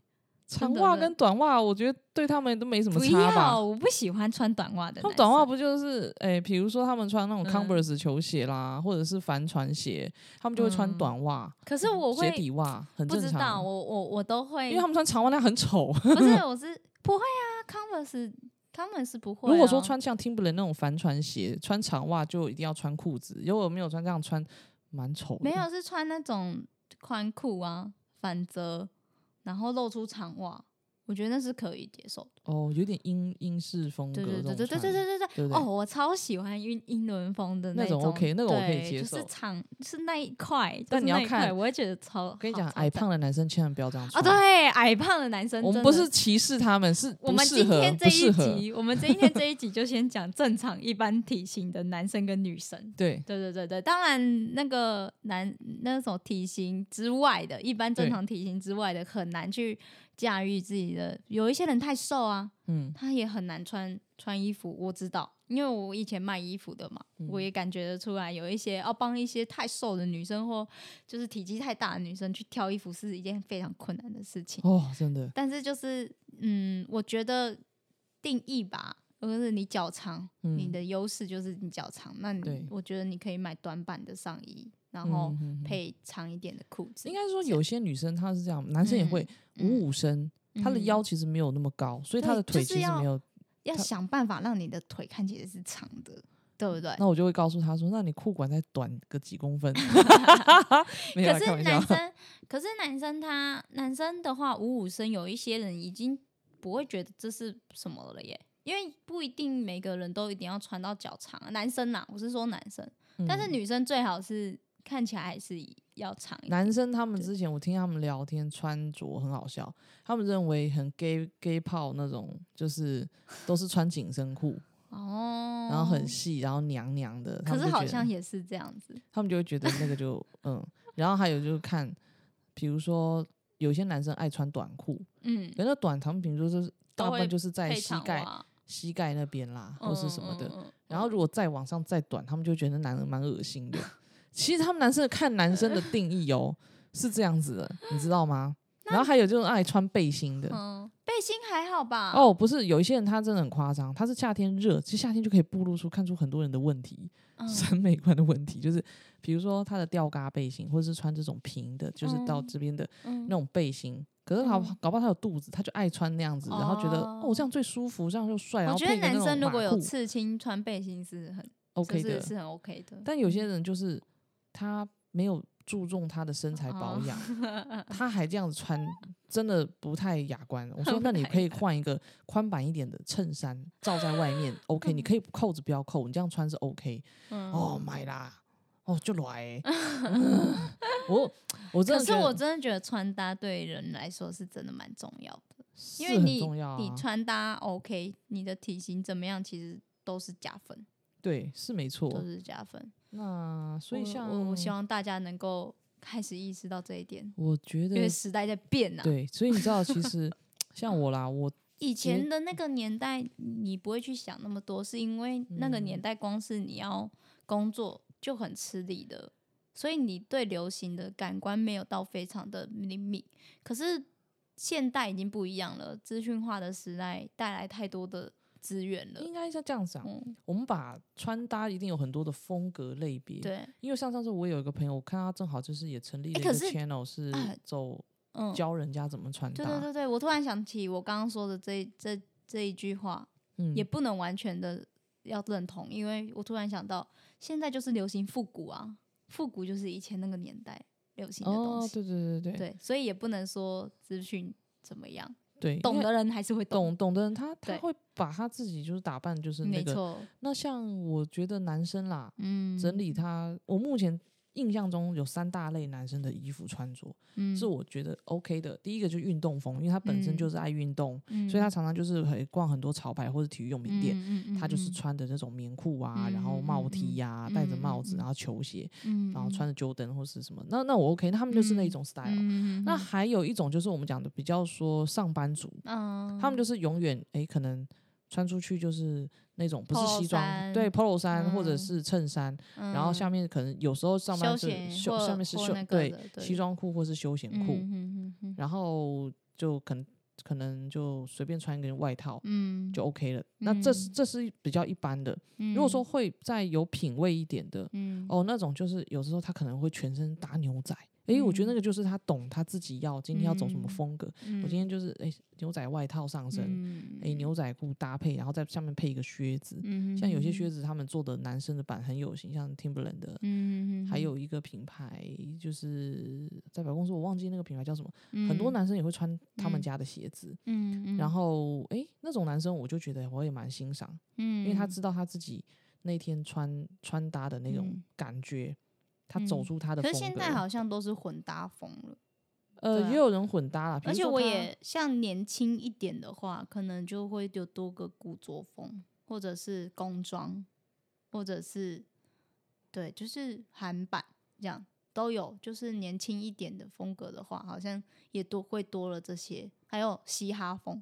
Speaker 1: 长
Speaker 2: 真的
Speaker 1: 袜
Speaker 2: 真的
Speaker 1: 跟短袜，我觉得对他们都没什么
Speaker 2: 不
Speaker 1: 差吧
Speaker 2: 要，。我不喜欢穿短袜的男生。
Speaker 1: 他们短袜不就是诶，比如说他们穿那种
Speaker 2: 嗯
Speaker 1: Converse 球鞋啦，或者是帆船鞋，他们就会穿
Speaker 2: 嗯
Speaker 1: 短袜、
Speaker 2: 可是我
Speaker 1: 鞋
Speaker 2: 会
Speaker 1: 底袜，很
Speaker 2: 不
Speaker 1: 正
Speaker 2: 知道，
Speaker 1: 常。啊
Speaker 2: 我我我都会，
Speaker 1: 因为他们穿长袜，那很丑。
Speaker 2: 不 是我是不会啊，Converse Converse 不会啊、
Speaker 1: 如果说穿像 Timberland 那种帆船鞋，穿长袜就一定要穿裤子，如果没有穿这样穿，蛮丑的。
Speaker 2: 没有是穿那种宽裤啊，反折，然后露出长袜，我觉得那是可以接受的。
Speaker 1: 哦，有点英英式风格
Speaker 2: 对对
Speaker 1: 这种
Speaker 2: 对对
Speaker 1: 穿
Speaker 2: 对对对对
Speaker 1: 对不对
Speaker 2: 哦，我超喜欢英英伦风的
Speaker 1: 那
Speaker 2: 种
Speaker 1: 种 OK，那个我可以
Speaker 2: 对
Speaker 1: 接
Speaker 2: 就
Speaker 1: 受
Speaker 2: 是长是那一块，
Speaker 1: 但
Speaker 2: 就是
Speaker 1: 你要
Speaker 2: 那一块
Speaker 1: 看
Speaker 2: 我会觉得超。
Speaker 1: 我跟你
Speaker 2: 好
Speaker 1: 讲，
Speaker 2: 超
Speaker 1: 矮
Speaker 2: 赞
Speaker 1: 胖的男生千万不要这样
Speaker 2: 哦，
Speaker 1: 穿。，
Speaker 2: 对，矮胖的男生
Speaker 1: 我们
Speaker 2: 真
Speaker 1: 不
Speaker 2: 的
Speaker 1: 是歧视他们，是不
Speaker 2: 我们
Speaker 1: 适
Speaker 2: 今
Speaker 1: 合
Speaker 2: 天，这
Speaker 1: 不适
Speaker 2: 一
Speaker 1: 合。
Speaker 2: 集，我们今天这一集就先讲正常一般体型的男生跟女生。
Speaker 1: 对
Speaker 2: 对对对对，当然那个男那种体型之外的，一般正常体型之外的很难去驾驭自己的。有一些人太瘦啊，
Speaker 1: 嗯，
Speaker 2: 他也很难穿穿衣服，我知道，因为我以前卖衣服的嘛，
Speaker 1: 嗯
Speaker 2: 我也感觉得出来，有一些要帮一些太瘦的女生或就是体积太大的女生去挑衣服是一件非常困难的事情。
Speaker 1: 哦，真的，
Speaker 2: 但是就是，嗯，我觉得定义吧，就是你脚长，你
Speaker 1: 嗯
Speaker 2: 的优势就是你脚长，那
Speaker 1: 对
Speaker 2: 你我觉得你可以买短版的上衣，然后
Speaker 1: 嗯嗯嗯
Speaker 2: 配长一点的裤子。
Speaker 1: 应该说有些女生她是这样，男生也会五五身，她的
Speaker 2: 嗯
Speaker 1: 腰其实没有那么高，所以她
Speaker 2: 对
Speaker 1: 的
Speaker 2: 就
Speaker 1: 腿
Speaker 2: 是
Speaker 1: 其实
Speaker 2: 要
Speaker 1: 没有。
Speaker 2: 要想办法让你的腿看起来是长的，对不对？
Speaker 1: 那我就会告诉她说：“那你裤管再短个几公 分。” 没有啦，
Speaker 2: 可
Speaker 1: 开
Speaker 2: 是
Speaker 1: 玩
Speaker 2: 男
Speaker 1: 笑。
Speaker 2: 生，可是男生他男生的话，五五身有一些人已经不会觉得这是什么了耶，因为不一定每个人都一定要穿到脚长啊。男生啦，我是说男生，但是
Speaker 1: 嗯
Speaker 2: 女生最好是看起来还是要长一点。
Speaker 1: 男生他们之前我听他们聊天穿着很好笑，他们认为很 gay gay 泡那种，就是都是穿紧身裤，
Speaker 2: 哦，
Speaker 1: 然后很细，然后娘娘的。他
Speaker 2: 可
Speaker 1: 们
Speaker 2: 是
Speaker 1: 就
Speaker 2: 好
Speaker 1: 觉得
Speaker 2: 像也是这样子，
Speaker 1: 他们就会觉得那个就嗯，然后还有就是看，比如说有些男生爱穿短裤，
Speaker 2: 嗯，
Speaker 1: 可是那短长平就是大
Speaker 2: 都
Speaker 1: 部分
Speaker 2: 会
Speaker 1: 就是在
Speaker 2: 配
Speaker 1: 膝
Speaker 2: 长
Speaker 1: 盖
Speaker 2: 袜
Speaker 1: 膝盖那边啦，或是什么的。
Speaker 2: 嗯嗯嗯
Speaker 1: 然后如果再往上再短，他们就觉得男人蛮恶心 的。其实他们男生看男生的定义哦，是这样子 的，你知道吗？然后还有就是爱穿背心的。
Speaker 2: 嗯，背心还好吧？
Speaker 1: 哦，不是，有一些人他真的很夸张，他是夏天热，其实夏天就可以暴露出看出很多人的问题，
Speaker 2: 嗯，
Speaker 1: 审美观的问题，就是比如说他的吊嘎背心，或者是穿这种平的，就是到
Speaker 2: 嗯
Speaker 1: 这边的
Speaker 2: 嗯
Speaker 1: 那种背心。可是搞不好搞不好他有肚子，他就爱穿那样子，然后觉得哦
Speaker 2: 哦
Speaker 1: 这样最舒服，这样就帅。然
Speaker 2: 我
Speaker 1: 后
Speaker 2: 觉得
Speaker 1: 配个那
Speaker 2: 男
Speaker 1: 种
Speaker 2: 生如
Speaker 1: 马
Speaker 2: 果有
Speaker 1: 裤
Speaker 2: 刺青，穿背心是很
Speaker 1: OK
Speaker 2: 就
Speaker 1: 的
Speaker 2: 是，是很 OK 的。
Speaker 1: 但有些人就是他没有注重他的身材保
Speaker 2: 哦
Speaker 1: 养， 他还这样子穿，真的不太雅观。我说，那你可以换一个宽版一点的衬衫罩在外 面，OK，你可以扣子不要扣，你这样穿是 OK。
Speaker 2: 嗯
Speaker 1: 哦，买啦，哦就 来欸，我我真的
Speaker 2: 可是
Speaker 1: 觉
Speaker 2: 我
Speaker 1: 得
Speaker 2: 真的觉得穿搭对人来说是真的蛮重要的，因
Speaker 1: 是
Speaker 2: 为
Speaker 1: 很
Speaker 2: 你、
Speaker 1: 重要啊，
Speaker 2: 你穿搭 OK，你的体型怎么样，其实都是加分，
Speaker 1: 对是没错。
Speaker 2: 都是加分。
Speaker 1: 那所以
Speaker 2: 我
Speaker 1: 像
Speaker 2: 我我希望大家能够开始意识到这一点，
Speaker 1: 我觉
Speaker 2: 因为
Speaker 1: 得
Speaker 2: 时代在变啊。
Speaker 1: 对，所以你知道，其 实像我啦，我
Speaker 2: 以
Speaker 1: 实
Speaker 2: 前的那个年代，你不会去想那么多，是因为那个
Speaker 1: 嗯
Speaker 2: 年代光是你要工作就很吃力的，所以你对流行的感官没有到非常的灵敏。可是现代已经不一样了，资讯化的时代带来太多的资源了
Speaker 1: 应。该是这样啊讲，
Speaker 2: 嗯，
Speaker 1: 我们把穿搭一定有很多的风格类别，
Speaker 2: 对，
Speaker 1: 因为像上次我有一个朋友，我看他正好就是也成立了
Speaker 2: 诶
Speaker 1: 一
Speaker 2: 可
Speaker 1: 个
Speaker 2: 是
Speaker 1: channel，是
Speaker 2: 啊
Speaker 1: 走
Speaker 2: 嗯，
Speaker 1: 教人家怎么穿搭。
Speaker 2: 对对对对，我突然想起我刚刚说的这这这一句话，
Speaker 1: 嗯，
Speaker 2: 也不能完全的要认同，因为我突然想到，现在就是流行复古啊，复古就是以前那个年代流行的东
Speaker 1: 哦，
Speaker 2: 西，
Speaker 1: 对对对对
Speaker 2: 对，所以也不能说资讯怎么样，
Speaker 1: 对，
Speaker 2: 懂
Speaker 1: 因为
Speaker 2: 的人还是会
Speaker 1: 懂懂的人，他他
Speaker 2: 对
Speaker 1: 会把他自己就是打扮就是那
Speaker 2: 没
Speaker 1: 个。
Speaker 2: 错，
Speaker 1: 那像我觉得男生啦，
Speaker 2: 嗯，
Speaker 1: 整理他，我目前印象中有三大类男生的衣服穿着
Speaker 2: 嗯
Speaker 1: 是我觉得 OK 的。第一个就是运动风，因为他本身就
Speaker 2: 嗯嗯
Speaker 1: 是爱运动，所以他常常就是很逛很多潮牌或者体育用品店。他就是，穿的那种棉裤啊，然后帽 T 呀、啊，
Speaker 2: 嗯
Speaker 1: 戴着帽子，然后球鞋，
Speaker 2: 嗯嗯嗯嗯嗯嗯
Speaker 1: 然后穿着 Jordan 或是什么，那那我 OK，那他们就是那一种 style。
Speaker 2: 嗯，
Speaker 1: 那还有一种就是我们讲的比较说上班族，
Speaker 2: 嗯，
Speaker 1: 他们就是永远诶可能穿出去就是那种不是
Speaker 2: Polo
Speaker 1: 西装，
Speaker 2: 衫
Speaker 1: 对 polo 衫或者
Speaker 2: 嗯
Speaker 1: 是衬衫，
Speaker 2: 嗯
Speaker 1: 然后下面可能有时候上班
Speaker 2: 休
Speaker 1: 是
Speaker 2: 闲
Speaker 1: 休，
Speaker 2: 或
Speaker 1: 下面是
Speaker 2: 或
Speaker 1: 休
Speaker 2: 那个
Speaker 1: 对
Speaker 2: 的对
Speaker 1: 西装裤或是休闲裤，
Speaker 2: 嗯嗯嗯
Speaker 1: 然后就可能可能就随便穿一个外套。
Speaker 2: 嗯，
Speaker 1: 就 OK 了，那这是
Speaker 2: 嗯
Speaker 1: 这是比较一般的，如果说会再有品味一点的，
Speaker 2: 嗯
Speaker 1: 哦，那种就是有时候他可能会全身搭牛仔，诶，我觉得那
Speaker 2: 嗯
Speaker 1: 个就是他懂他自己要今天要走什么
Speaker 2: 嗯
Speaker 1: 风格。
Speaker 2: 嗯，
Speaker 1: 我今天就是诶牛仔外套上身，
Speaker 2: 嗯
Speaker 1: 诶，牛仔裤搭配，然后在下面配一个靴子。
Speaker 2: 嗯，
Speaker 1: 像有些靴
Speaker 2: 子，
Speaker 1: 子他们做的男生的版很有型，像 Timberland 的，
Speaker 2: 嗯，
Speaker 1: 还有一个品牌就是在百货公司我忘记那个品牌叫什么，很
Speaker 2: 很
Speaker 1: 多，男生也会穿他们
Speaker 2: 嗯
Speaker 1: 家的鞋子。
Speaker 2: 嗯，
Speaker 1: 然后诶，那种男生我就觉得我也蛮欣赏。
Speaker 2: 嗯，
Speaker 1: 因为他知道他自己那天穿穿搭的那种
Speaker 2: 嗯
Speaker 1: 感觉，他走
Speaker 2: 嗯
Speaker 1: 出他的
Speaker 2: 可
Speaker 1: 风
Speaker 2: 是
Speaker 1: 格。
Speaker 2: 现在好像都是混搭风了，
Speaker 1: 呃，
Speaker 2: 对啊
Speaker 1: 也有人混搭啦，比
Speaker 2: 而
Speaker 1: 如
Speaker 2: 且
Speaker 1: 说
Speaker 2: 我
Speaker 1: 他
Speaker 2: 也像年轻一点的话，可能就会有多个古着风，或者是工装，或者是对，就是韩版这样都有。就是年轻一点的风格的话，好像也多会多了这些，还有嘻哈风。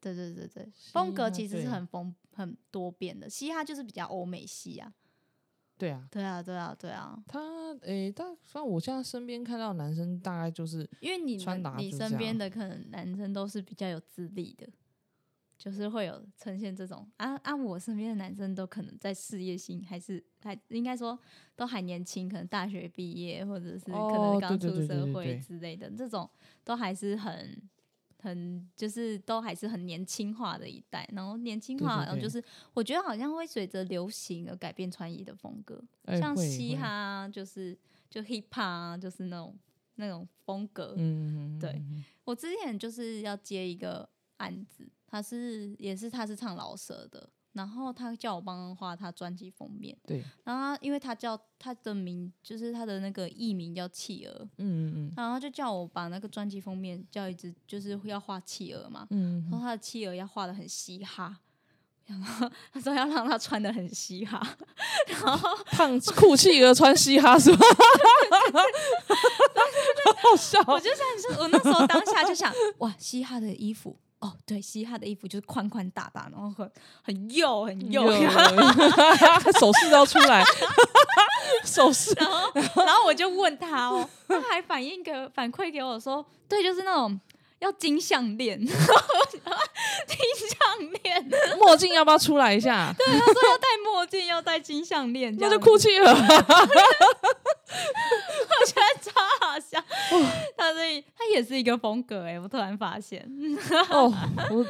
Speaker 2: 对对对对，
Speaker 1: 嘻
Speaker 2: 风格
Speaker 1: 哈
Speaker 2: 其实
Speaker 1: 对
Speaker 2: 是很丰很多变的，嘻哈就是比较欧美系啊。
Speaker 1: 对啊，
Speaker 2: 对啊，对啊，对啊，
Speaker 1: 他诶，大反正我现在身边看到的男生大概就是
Speaker 2: 因为你
Speaker 1: 穿
Speaker 2: 们
Speaker 1: 搭
Speaker 2: 你
Speaker 1: 就是这
Speaker 2: 身边
Speaker 1: 样
Speaker 2: 的可能男生都是比较有资历的，就是会有呈现这种啊啊，我身边的男生都可能在事业心还是还应该说都还年轻，可能大学毕业或者是可
Speaker 1: 哦
Speaker 2: 能刚
Speaker 1: 对对
Speaker 2: 出
Speaker 1: 对对
Speaker 2: 社
Speaker 1: 对
Speaker 2: 会
Speaker 1: 对
Speaker 2: 之类的，这种都还是很。很就是都还是很年轻化的一代，然后年轻
Speaker 1: 对
Speaker 2: 化
Speaker 1: 对
Speaker 2: 好像就
Speaker 1: 对
Speaker 2: 是我觉得好像会随着流行而改变穿衣的风格，
Speaker 1: 哎
Speaker 2: 像
Speaker 1: 会
Speaker 2: 嘻
Speaker 1: 会
Speaker 2: 哈啊就是就 hip hop 啊，就是那种那种风格。
Speaker 1: 嗯，
Speaker 2: 对
Speaker 1: 嗯，嗯嗯
Speaker 2: 我之前就是要接一个案子，他是也是他是唱老舍的，然后他叫我帮他画他专辑封面，
Speaker 1: 对，
Speaker 2: 然后他因为他叫他的名就是他的那个艺名叫企鹅，
Speaker 1: 嗯嗯
Speaker 2: 然后他就叫我把那个专辑封面叫一只就是要画企鹅嘛，
Speaker 1: 嗯
Speaker 2: 说
Speaker 1: 嗯，
Speaker 2: 他的企鹅要画的很嘻哈。然后 他说要让他穿的很嘻哈，然后
Speaker 1: 胖酷气而穿嘻哈是吧？ 好笑，
Speaker 2: 我就想说，我那时候当下就想， 哇，嘻哈的衣服，哦，对，嘻哈的衣服就是宽宽大大，然后很很幼很幼，
Speaker 1: 有手势都要出来， 手势
Speaker 2: 然后 然后我就问他哦，他还反映给反馈给我说，对，就是那种要金项链， 然后我想说金项链，
Speaker 1: 墨镜要不要出来一下？
Speaker 2: 对，他说要戴墨镜，要戴金项链，这
Speaker 1: 那
Speaker 2: 样
Speaker 1: 就哭泣了。
Speaker 2: 我觉得超好笑，他是他也是一个风格哎、我突然发现，
Speaker 1: 哦，我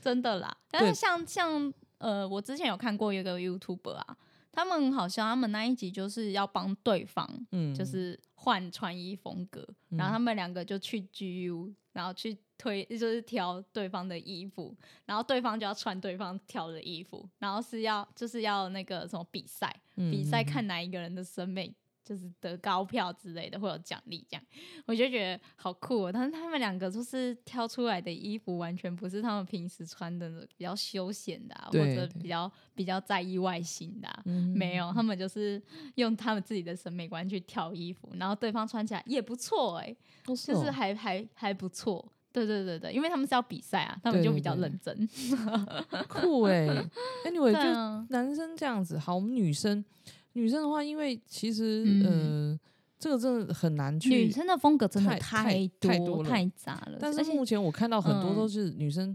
Speaker 2: 真的啦。但是
Speaker 1: 对
Speaker 2: 像像呃，我之前有看过一个 YouTuber 啊，他们好像他们那一集就是要帮对方，
Speaker 1: 嗯，
Speaker 2: 就是换穿衣风格，然后他们两个就去 GU，然后去推就是挑对方的衣服，然后对方就要穿对方挑的衣服，然后是要就是要那个什么比赛，比
Speaker 1: 嗯
Speaker 2: 赛
Speaker 1: 嗯嗯
Speaker 2: 看哪一个人的审美。就是得高票之类的，会有奖励这样，我就觉得好酷、哦。但是他们两个就是挑出来的衣服，完全不是他们平时穿的那种比较休闲的、啊，或
Speaker 1: 对
Speaker 2: 者
Speaker 1: 对
Speaker 2: 比较比较在意外形的、啊。
Speaker 1: 嗯
Speaker 2: 没有，他们就是用他们自己的审美观去挑衣服，然后对方穿起来也不错哎、
Speaker 1: 就
Speaker 2: 就是还还还不错。对对对对，因为他们是要比赛啊，他们
Speaker 1: 对
Speaker 2: 就
Speaker 1: 对
Speaker 2: 比较
Speaker 1: 对
Speaker 2: 认真。
Speaker 1: 酷哎、Anyway，
Speaker 2: 对
Speaker 1: 就
Speaker 2: 啊，
Speaker 1: 男生这样子，好，我们女生女生的话，因为其实、
Speaker 2: 嗯
Speaker 1: 呃，这个真的很难去。
Speaker 2: 女生的风格真的
Speaker 1: 太太太多
Speaker 2: 多
Speaker 1: 了
Speaker 2: 杂了，
Speaker 1: 但是
Speaker 2: 而且
Speaker 1: 目前我看到很多
Speaker 2: 嗯
Speaker 1: 都是女生，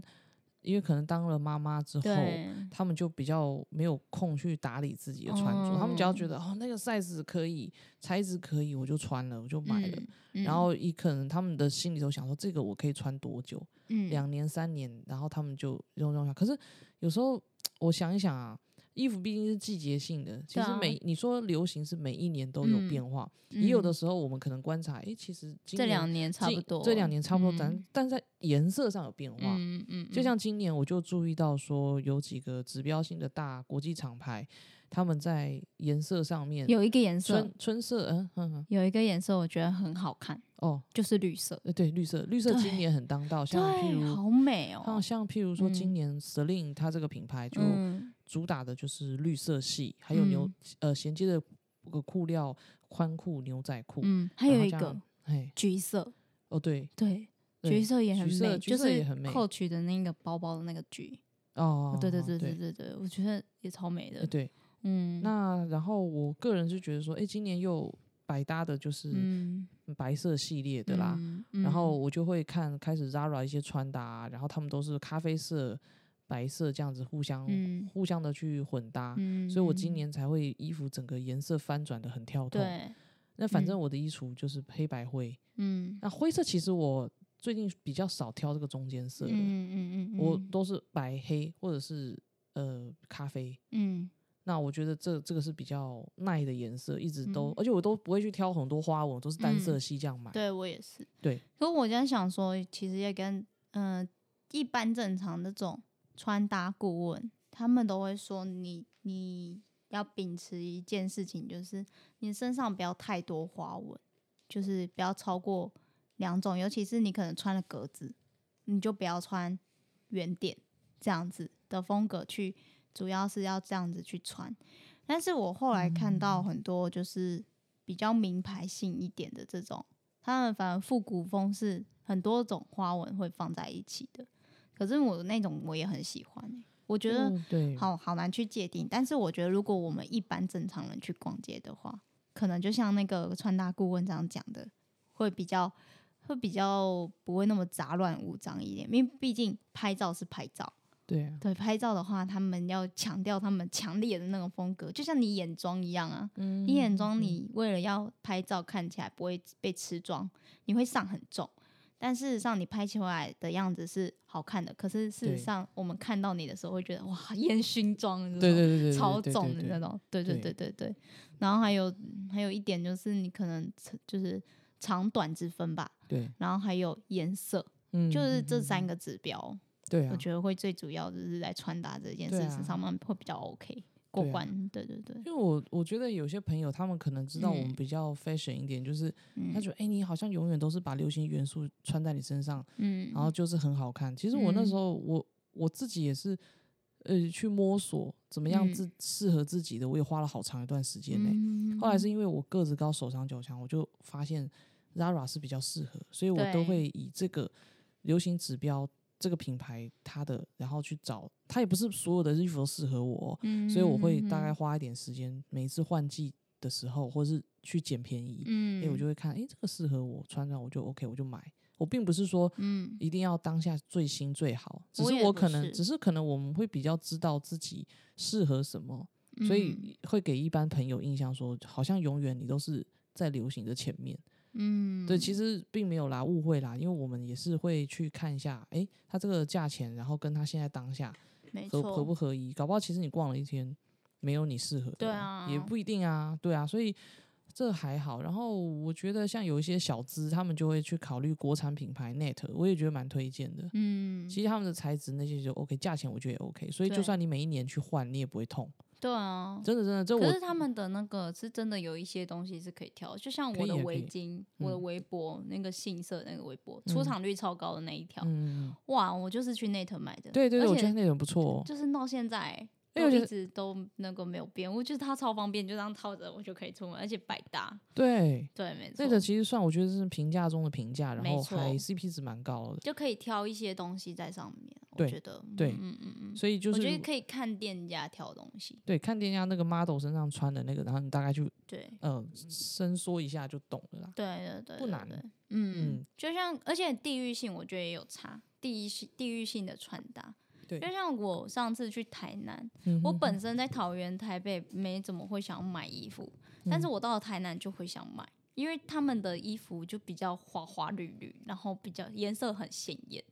Speaker 1: 因为可能当了妈妈之后，
Speaker 2: 对
Speaker 1: 她们就比较没有空去打理自己的穿着，她们只要觉得哦那个 size 可以，材质可以，我就穿了，我就买了。
Speaker 2: 嗯嗯
Speaker 1: 然后也可能他们的心里头想说，这个我可以穿多久？
Speaker 2: 嗯
Speaker 1: 两年、三年，然后他们就用用下。可是有时候我想一想啊，衣服毕竟是季节性的，其
Speaker 2: 对
Speaker 1: 实
Speaker 2: 啊嗯
Speaker 1: 每、你说流行是每一年都有变化，也有的时候我们可能观察，诶，其实今
Speaker 2: 这两
Speaker 1: 年
Speaker 2: 年差不
Speaker 1: 近
Speaker 2: 多，
Speaker 1: 这两年差不多，但、
Speaker 2: 嗯
Speaker 1: 但在颜色上有变化。
Speaker 2: 嗯嗯，
Speaker 1: 就像今年，我就注意到说，有几个指标性的大国际厂牌，他们在颜色上面，
Speaker 2: 有一个颜色
Speaker 1: 春，春色，嗯嗯嗯，
Speaker 2: 有一个颜色我觉得很好看，
Speaker 1: 哦，
Speaker 2: 就是绿色，
Speaker 1: 呃对，绿色，绿色今
Speaker 2: 对
Speaker 1: 年很当道，像譬
Speaker 2: 对，
Speaker 1: 如
Speaker 2: 好美
Speaker 1: 像
Speaker 2: 哦。
Speaker 1: 像譬如说，
Speaker 2: 嗯
Speaker 1: 今年 Celine 它这个品牌就
Speaker 2: 嗯
Speaker 1: 主打的就是绿色系，还有牛
Speaker 2: 嗯
Speaker 1: 呃衔接的这个裤料宽裤、牛仔裤，
Speaker 2: 嗯，还
Speaker 1: 然
Speaker 2: 有
Speaker 1: 后
Speaker 2: 一
Speaker 1: 加
Speaker 2: 个
Speaker 1: 哎
Speaker 2: 橘色，
Speaker 1: 哦对，
Speaker 2: 对，
Speaker 1: 对
Speaker 2: 橘色也很
Speaker 1: 橘色
Speaker 2: 美，
Speaker 1: 橘色也很美
Speaker 2: 就是 Coach 的那个包包的那个橘，
Speaker 1: 哦，
Speaker 2: 对对对
Speaker 1: 对
Speaker 2: 对对对，我觉得也超美
Speaker 1: 呃
Speaker 2: 的。
Speaker 1: 对。
Speaker 2: 嗯，
Speaker 1: 那然后我个人是觉得说，哎，今年又百搭的就是
Speaker 2: 嗯
Speaker 1: 白色系列的啦，
Speaker 2: 嗯
Speaker 1: 然后
Speaker 2: 嗯
Speaker 1: 我就会看开始 Zara 一些穿搭啊，然后他们都是咖啡色、白色这样子互相
Speaker 2: 嗯
Speaker 1: 互相的去混搭，
Speaker 2: 嗯
Speaker 1: 所以我今
Speaker 2: 嗯
Speaker 1: 年才会衣服整个颜色翻转的很跳动。
Speaker 2: 对，
Speaker 1: 那反正
Speaker 2: 嗯
Speaker 1: 我的衣橱就是黑白灰，
Speaker 2: 嗯
Speaker 1: 那灰色其实我最近比较少挑这个中间色
Speaker 2: 嗯
Speaker 1: 的，
Speaker 2: 嗯嗯，
Speaker 1: 我
Speaker 2: 嗯
Speaker 1: 都是白黑或者是呃咖啡。
Speaker 2: 嗯
Speaker 1: 那我觉得这这个是比较耐的颜色，一直都，
Speaker 2: 嗯
Speaker 1: 而且我都不会去挑很多花纹，我都是单色
Speaker 2: 嗯
Speaker 1: 系这样买。
Speaker 2: 对我也是。
Speaker 1: 对，
Speaker 2: 可是我在想说，其实也跟嗯、呃一般正常那种穿搭顾问，他们都会说你你要秉持一件事情，就是你身上不要太多花纹，就是不要超过两种，尤其是你可能穿了格子，你就不要穿圆点这样子的风格去，主要是要这样子去穿。但是我后来看到很多就是比较名牌性一点的这种，他们反而复古风是很多种花纹会放在一起的，可是我那种我也很喜欢欸、我觉得
Speaker 1: 哦对，
Speaker 2: 好好难去界定。但是我觉得，如果我们一般正常人去逛街的话，可能就像那个穿搭顾问这样讲的，会比较会比较不会那么杂乱无章一点，因为毕竟拍照是拍照。
Speaker 1: 对啊，
Speaker 2: 对，拍照的话，他们要强调他们强烈的那种风格，就像你眼妆一样啊。
Speaker 1: 嗯
Speaker 2: 你眼妆你为了要拍照看起来不会被吃妆，你会上很重。但事实上，你拍出来的样子是好看的，可是事
Speaker 1: 对
Speaker 2: 实上，我们看到你的时候会觉得哇，烟熏妆这种，
Speaker 1: 对对对对，对
Speaker 2: 超
Speaker 1: 对对
Speaker 2: 重的
Speaker 1: 对
Speaker 2: 那种。对对
Speaker 1: 对
Speaker 2: 对对对。然后还有还有一点就是，你可能就是长短之分吧，
Speaker 1: 对，
Speaker 2: 然后还有颜色，
Speaker 1: 嗯，
Speaker 2: 就是
Speaker 1: 嗯
Speaker 2: 这
Speaker 1: 嗯
Speaker 2: 三
Speaker 1: 嗯
Speaker 2: 个指标。
Speaker 1: 对啊
Speaker 2: 我，觉得会最主要就是在穿搭这件
Speaker 1: 对
Speaker 2: 事
Speaker 1: 啊
Speaker 2: 情上面会比较 OK 过
Speaker 1: 对啊
Speaker 2: 关。对对对，
Speaker 1: 因为我我觉得有些朋友他们可能知道我们
Speaker 2: 嗯
Speaker 1: 比较 fashion 一点，就是
Speaker 2: 嗯
Speaker 1: 他觉得哎、诶你好像永远都是把流行元素穿在你身上，
Speaker 2: 嗯，
Speaker 1: 然后就是很好看。其实我那时
Speaker 2: 嗯
Speaker 1: 候我我自己也是，呃，去摸索怎么样
Speaker 2: 嗯
Speaker 1: 自适合自己的，我也花了好长一段时间呢、
Speaker 2: 嗯
Speaker 1: 后来是因为我个子高，手长脚长，我就发现 Zara 是比较适合，所以我都
Speaker 2: 对
Speaker 1: 会以这个流行指标。这个品牌它的，然后去找，它也不是所有的衣服都适合我、哦，
Speaker 2: 嗯
Speaker 1: 所以我会大概
Speaker 2: 嗯
Speaker 1: 花一点时间，每一次换季的时候，或是去捡便宜，哎、
Speaker 2: 嗯，
Speaker 1: 我就会看，哎、这个适合我穿上，我就 OK，我就买。我并不是说
Speaker 2: 嗯
Speaker 1: 一定要当下最新最好，只
Speaker 2: 我
Speaker 1: 是
Speaker 2: 也
Speaker 1: 我
Speaker 2: 不
Speaker 1: 可能，
Speaker 2: 是
Speaker 1: 只是可能我们会比较知道自己适合什么，
Speaker 2: 嗯
Speaker 1: 所以会给一般朋友印象说，好像永远你都是在流行的前面。
Speaker 2: 嗯，
Speaker 1: 对，
Speaker 2: 实
Speaker 1: 其实并没有啦，误会啦，因为我们也是会去看一下，哎、它这个价钱，然后跟它现在当下
Speaker 2: 没
Speaker 1: 合
Speaker 2: 错，
Speaker 1: 合不合宜，搞不好其实你逛了一天，没有你适合的，
Speaker 2: 对
Speaker 1: 也
Speaker 2: 啊
Speaker 1: 不一定啊，对啊，所以这还好。然后我觉得像有一些小资，他们就会去考虑国产品牌 Net，我也觉得蛮推荐的。
Speaker 2: 嗯，
Speaker 1: 其实他们的材质那些就 OK，价钱我觉得也 OK，所以就
Speaker 2: 对
Speaker 1: 算你每一年去换，你也不会痛。
Speaker 2: 对啊。
Speaker 1: 真的真的，这
Speaker 2: 可是
Speaker 1: 我
Speaker 2: 他们的那个是真的有一些东西是可以挑，就像
Speaker 1: 可
Speaker 2: 我
Speaker 1: 以啊
Speaker 2: 的
Speaker 1: 也可
Speaker 2: 围
Speaker 1: 以
Speaker 2: 巾、我的
Speaker 1: 嗯
Speaker 2: 围脖、那个杏色那个围脖，出
Speaker 1: 嗯
Speaker 2: 场率超高的那一条，
Speaker 1: 嗯，
Speaker 2: 哇，我就是去 Net 买的。
Speaker 1: 对对对，
Speaker 2: 呃而
Speaker 1: 我觉
Speaker 2: 且
Speaker 1: 得那种不错、哦。
Speaker 2: 就是到现在
Speaker 1: 因为
Speaker 2: 都
Speaker 1: 我觉
Speaker 2: 一
Speaker 1: 得
Speaker 2: 直都那个没有变，我觉得它超方便，就这样套着我就可以出门，而且百搭。
Speaker 1: 对，
Speaker 2: 对，没错
Speaker 1: 那，个其实算我觉得是评价中的评价，然
Speaker 2: 没
Speaker 1: 后还
Speaker 2: 错嗯
Speaker 1: CP 值蛮高的。
Speaker 2: 就可以挑一些东西在上面。我
Speaker 1: 对
Speaker 2: 觉得，
Speaker 1: 对
Speaker 2: 嗯嗯嗯，
Speaker 1: 所以就
Speaker 2: 我
Speaker 1: 是
Speaker 2: 觉得可以看店家挑东西。
Speaker 1: 对看店家那个 model 身上穿的那个，然后你大概就
Speaker 2: 对，
Speaker 1: 呃伸缩一下就懂了啦。
Speaker 2: 对对对，
Speaker 1: 不
Speaker 2: 对
Speaker 1: 难
Speaker 2: 对嗯
Speaker 1: 嗯，
Speaker 2: 就像而且地域性，我觉得也有差。地域性地域性的穿搭，
Speaker 1: 对
Speaker 2: 就像我上次去台南，
Speaker 1: 嗯
Speaker 2: 我
Speaker 1: 哼
Speaker 2: 本身在桃园、台北没怎么会想买衣服，但是
Speaker 1: 嗯
Speaker 2: 我到了台南就会想买，因为他们的衣服就比较花花绿绿，然后比较颜色很鲜艳。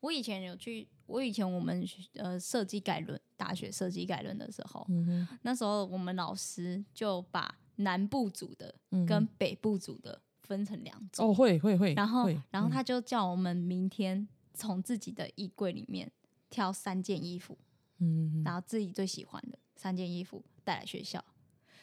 Speaker 2: 我以前有去，我以前我们学呃设计概论，大学设计概论的时候，
Speaker 1: 嗯哼
Speaker 2: 那时候我们老师就把南部组的
Speaker 1: 嗯
Speaker 2: 跟
Speaker 1: 哼
Speaker 2: 北部组的分成两种，
Speaker 1: 哦会会会，
Speaker 2: 然后
Speaker 1: 会
Speaker 2: 然后
Speaker 1: 嗯
Speaker 2: 他就叫我们明天从自己的衣柜里面挑三件衣服，
Speaker 1: 嗯
Speaker 2: 然后自己最喜欢的三件衣服带来学校。